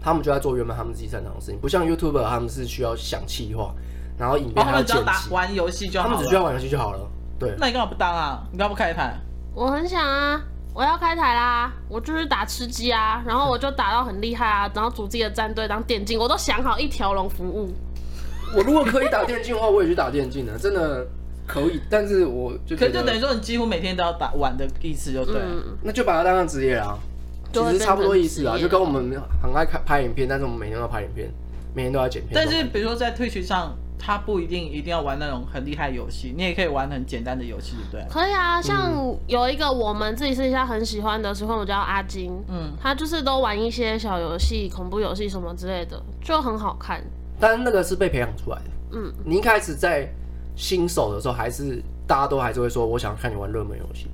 Speaker 2: 他们就在做原本他们自己擅长的事情，不像 YouTuber 他们是需要想气话，然后影
Speaker 3: 然
Speaker 2: 片
Speaker 3: 后
Speaker 2: 还要
Speaker 3: 哦他们只
Speaker 2: 剪
Speaker 3: 要打啊
Speaker 2: 辑，
Speaker 3: 玩游戏就
Speaker 2: 他
Speaker 3: 好
Speaker 2: 们只需要
Speaker 3: 了。
Speaker 2: 玩游戏就好了。对，
Speaker 3: 那你干嘛不当啊？你干嘛不开一台？
Speaker 1: 我很想啊，我要开台啦，我就是打吃鸡啊，然后我就打到很厉害啊， [LAUGHS] 然后组自己的战队当电竞，我都想好一条龙服务。
Speaker 2: 我如果可以打电竞的话，我也去打电竞的，真的可以。但是我就
Speaker 3: 可
Speaker 2: 觉
Speaker 3: 是就等于
Speaker 2: 得，
Speaker 3: 说你几乎每天都要打玩的意思，就对了。
Speaker 1: 嗯，
Speaker 2: 那就把它当成职业啦，
Speaker 1: 就
Speaker 2: 其
Speaker 1: 会
Speaker 2: 实差不多意思
Speaker 1: 变
Speaker 2: 啦，
Speaker 1: 成职
Speaker 2: 就
Speaker 1: 业
Speaker 2: 跟我们很爱看拍影片，但是我们每天都要拍影片，每天都要剪片。
Speaker 3: 但是比如说在退群上，它不一定一定要玩那种很厉害的游戏，你也可以玩很简单的游戏，对不对？
Speaker 1: 可以啊，
Speaker 2: 嗯
Speaker 1: 像有一个我们自己私底下很喜欢的实况主叫阿金，
Speaker 3: 嗯，
Speaker 1: 他就是都玩一些小游戏、恐怖游戏什么之类的，就很好看。
Speaker 2: 但那个是被培养出来的。
Speaker 1: 嗯，
Speaker 2: 你一开始在新手的时候，还是大家都还是会说，我想看你玩热门游戏。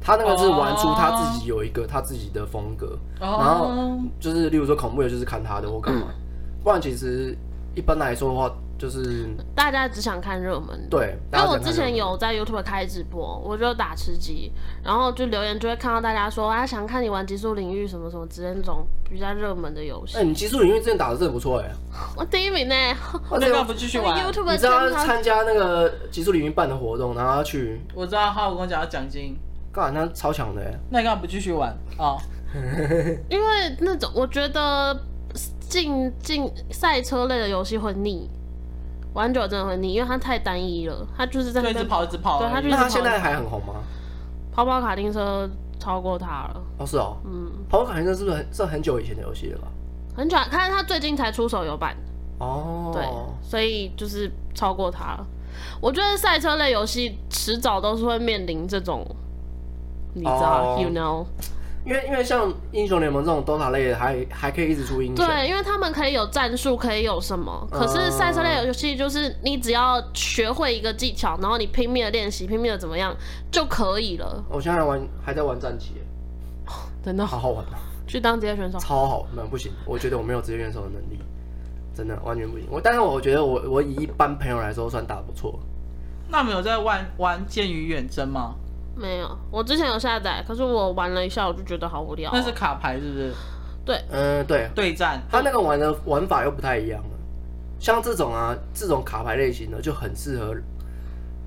Speaker 2: 他那个是
Speaker 1: 哦
Speaker 2: 玩出他自己有一个他自己的风格，然
Speaker 3: 哦
Speaker 2: 后就是例如说恐怖游戏就是看他的或干嘛，
Speaker 1: 嗯
Speaker 2: 不然其实一般来说的话，就是
Speaker 1: 大家只想看热门的。
Speaker 2: 对。
Speaker 1: 因
Speaker 2: 大
Speaker 1: 为
Speaker 2: 家
Speaker 1: 我
Speaker 2: 想看
Speaker 1: 之前
Speaker 2: 热门
Speaker 1: 有在 YouTube 开直播，我就打吃鸡，然后就留言就会看到大家说啊，想看你玩极速领域什么什么之类那种比较热门的游戏
Speaker 2: 哎、。你极速领域之前打的真的不错哎、
Speaker 1: 我第一名呢、
Speaker 2: 哇
Speaker 3: 那
Speaker 2: 这
Speaker 3: 个
Speaker 2: 个
Speaker 3: 不继续玩。
Speaker 1: ，YouTube
Speaker 2: 啊你知道
Speaker 1: 正
Speaker 2: 他
Speaker 1: 常
Speaker 2: 参加那个极速领域办的活动，然后他去，
Speaker 3: 我知道浩我跟我讲要奖金，
Speaker 2: 干他超强的、欸，
Speaker 3: 那你干嘛不继续玩啊？哦
Speaker 1: 因为那种我觉得进进赛车类的游戏会腻，玩久了真的会腻，因为它太单一了，它就是在
Speaker 3: 就
Speaker 1: 那
Speaker 3: 一直
Speaker 1: 边
Speaker 3: 跑一直跑而
Speaker 1: 对
Speaker 3: 已。
Speaker 1: 他就
Speaker 2: 那他现在还很红吗？
Speaker 1: 跑跑卡丁车超过它了。
Speaker 2: 哦是哦，
Speaker 1: 嗯，
Speaker 2: 跑跑卡丁车是不是很是很久以前的游戏了吧？
Speaker 1: 很喜欢，看它最近才出手游版，
Speaker 2: 哦，
Speaker 1: 对，所以就是超过它了。我觉得赛车类游戏迟早都是会面临这种，你知道、
Speaker 2: 哦
Speaker 1: y o u know，
Speaker 2: 因为因为像英雄联盟这种 DOTA 类的还还可以一直出英雄，
Speaker 1: 对，因为他们可以有战术，可以有什么。可
Speaker 2: 嗯
Speaker 1: 是赛车类游戏就是你只要学会一个技巧，然后你拼命的练习，拼命的怎么样就可以了。
Speaker 2: 我现在还玩还在玩战旗，
Speaker 1: 真的
Speaker 2: 好好玩啊，
Speaker 1: 去当职业选手，
Speaker 2: 超好，没有不行，我觉得我没有职业选手的能力，真的完全不行。我但是我觉得我我以一般朋友来说算打得不错，
Speaker 3: 那没有在玩玩《剑与远征》吗？
Speaker 1: 没有。我之前有下载，可是我玩了一下，我就觉得好无聊哦、
Speaker 3: 那是卡牌是不是？
Speaker 2: 嗯，对，
Speaker 3: 对战
Speaker 2: 他那个玩的玩法又不太一样了。像这种啊，这种卡牌类型的就很适合，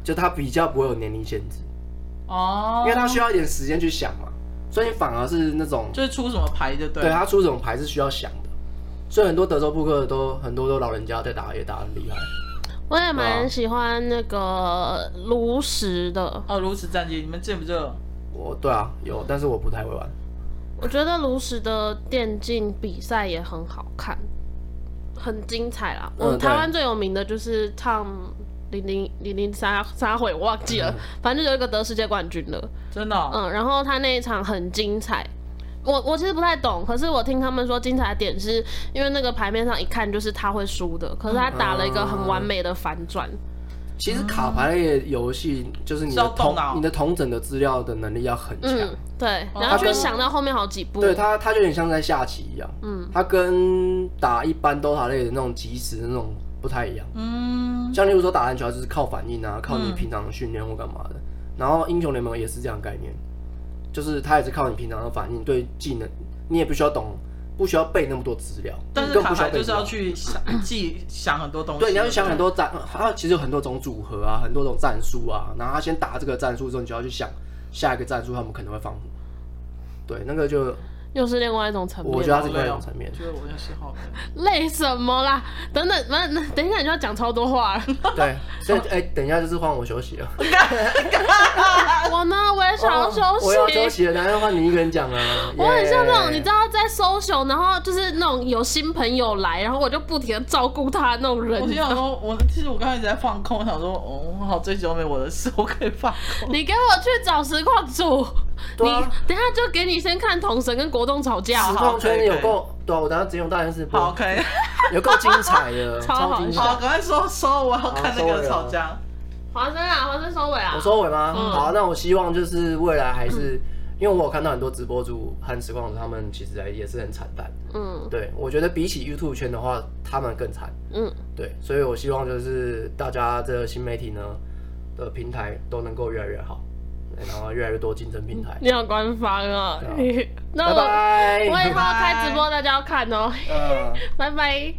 Speaker 2: 就它比较不会有年龄限制，
Speaker 3: 哦，
Speaker 2: 因为它需要一点时间去想嘛，所以反而是那种
Speaker 3: 就是出什么牌就对
Speaker 2: 对啊
Speaker 3: 了。
Speaker 2: 他出这种牌是需要想的，所以很多德州扑克都很多都老人家在打，也打得很厉害。
Speaker 1: 我也
Speaker 2: 对啊
Speaker 1: 蛮喜欢那个炉石的，
Speaker 3: 哦，如此战绩，你们这不就
Speaker 2: 我对啊有，但是我不太会玩。
Speaker 1: 我觉得炉石的电竞比赛也很好看，很精彩啦。
Speaker 2: 嗯
Speaker 1: 我
Speaker 2: 对
Speaker 1: 台湾最有名的就是 Tom 零零零零三三会，我忘记
Speaker 2: 嗯
Speaker 1: 了，反正就有一个得世界冠军了。
Speaker 3: 真的哦、
Speaker 1: 嗯，然后他那一场很精彩。我我其实不太懂，可是我听他们说精彩的点是因为那个牌面上一看就是他会输的，可是他打了一个很完美的反转。
Speaker 2: 其实卡牌类的游戏就是你
Speaker 3: 是要
Speaker 2: 的
Speaker 3: 动
Speaker 2: 同
Speaker 3: 脑
Speaker 2: 你的同整的资料的能力要很强，
Speaker 1: 嗯，对，
Speaker 3: 哦
Speaker 1: 然后
Speaker 2: 他
Speaker 1: 去
Speaker 2: 跟
Speaker 1: 想到后面好几步。
Speaker 2: 对它它就有点像在下棋一样，
Speaker 1: 嗯，
Speaker 2: 它跟打一般 DOTA 类的那种即时的那种不太一样。
Speaker 3: 嗯，
Speaker 2: 像例如说打篮球，它就是靠反应啊，靠你平常的训练或干嘛的。然后英雄联盟也是这样的概念，就是它也是靠你平常的反应对技能，你也不需要懂，不需要背那么多资料，
Speaker 3: 但是
Speaker 2: 更
Speaker 3: 卡
Speaker 2: 不需要
Speaker 3: 牌
Speaker 2: 背
Speaker 3: 就是要
Speaker 2: 资料 [COUGHS]
Speaker 3: 去想记想很多东西。
Speaker 2: 对，你要去想很多战，它其实有很多种组合啊，很多种战术啊。然后他先打这个战术之后，你就要去想下一个战术，他们可能会放什么。对，那个就
Speaker 1: 又是另外一种层面。
Speaker 2: 我觉得它
Speaker 3: 好
Speaker 2: 是
Speaker 3: 累
Speaker 2: 另外一
Speaker 3: 哦
Speaker 2: 种层面。
Speaker 3: 就是我认识
Speaker 2: [LAUGHS]
Speaker 3: 好人，
Speaker 1: 累什么啦？等等，那那等一下你就要讲超多话
Speaker 2: [LAUGHS]
Speaker 1: 了。
Speaker 2: 对，所以哎、等一下就是换我休息了。
Speaker 1: 我呢，我也想要休息。
Speaker 2: 哦我要休息了，等一下换你一个人讲啊。
Speaker 1: 我很像那种，
Speaker 2: 耶
Speaker 1: 你知道在 social，然后就是那种有新朋友来，然后我就不停的照顾他那种人
Speaker 3: 我。就想说，我其实我刚才一直在放空，我想说，哦，我好追求没我的事，我可以放空。
Speaker 1: 你给我去找实况组，你
Speaker 2: 对啊
Speaker 1: 等一下就给你先看统神跟国栋吵架
Speaker 2: 实
Speaker 1: 好。
Speaker 2: 况圈有够，对啊，我等下只用大电视播，
Speaker 3: 好，可以，
Speaker 2: [LAUGHS] 有够精彩的，
Speaker 1: 超
Speaker 2: 超
Speaker 1: 好
Speaker 2: 精
Speaker 3: 好，
Speaker 2: 彩。
Speaker 3: 赶快说说，我要
Speaker 2: 好
Speaker 3: 看那
Speaker 2: 收尾
Speaker 3: 个
Speaker 2: 了
Speaker 3: 吵架。
Speaker 1: 华生啊，华生收尾啊。
Speaker 2: 我收尾吗？
Speaker 1: 嗯
Speaker 2: 好，那我希望就是未来还是，因为我有看到很多直播主和实况主，他们其实也是很惨淡。
Speaker 1: 嗯
Speaker 2: 对，我觉得比起 YouTube 圈的话，他们更惨。
Speaker 1: 嗯，
Speaker 2: 对，所以我希望就是大家这个新媒体呢的平台都能够越来越好，对然后越来越多竞争平台。
Speaker 1: 嗯你好官方啊
Speaker 2: 对啊。
Speaker 1: [LAUGHS] 你那
Speaker 2: 拜
Speaker 1: 我
Speaker 2: 拜。 [LAUGHS]
Speaker 1: 我以后开直播大家要看哦，
Speaker 2: 嗯
Speaker 1: 拜拜。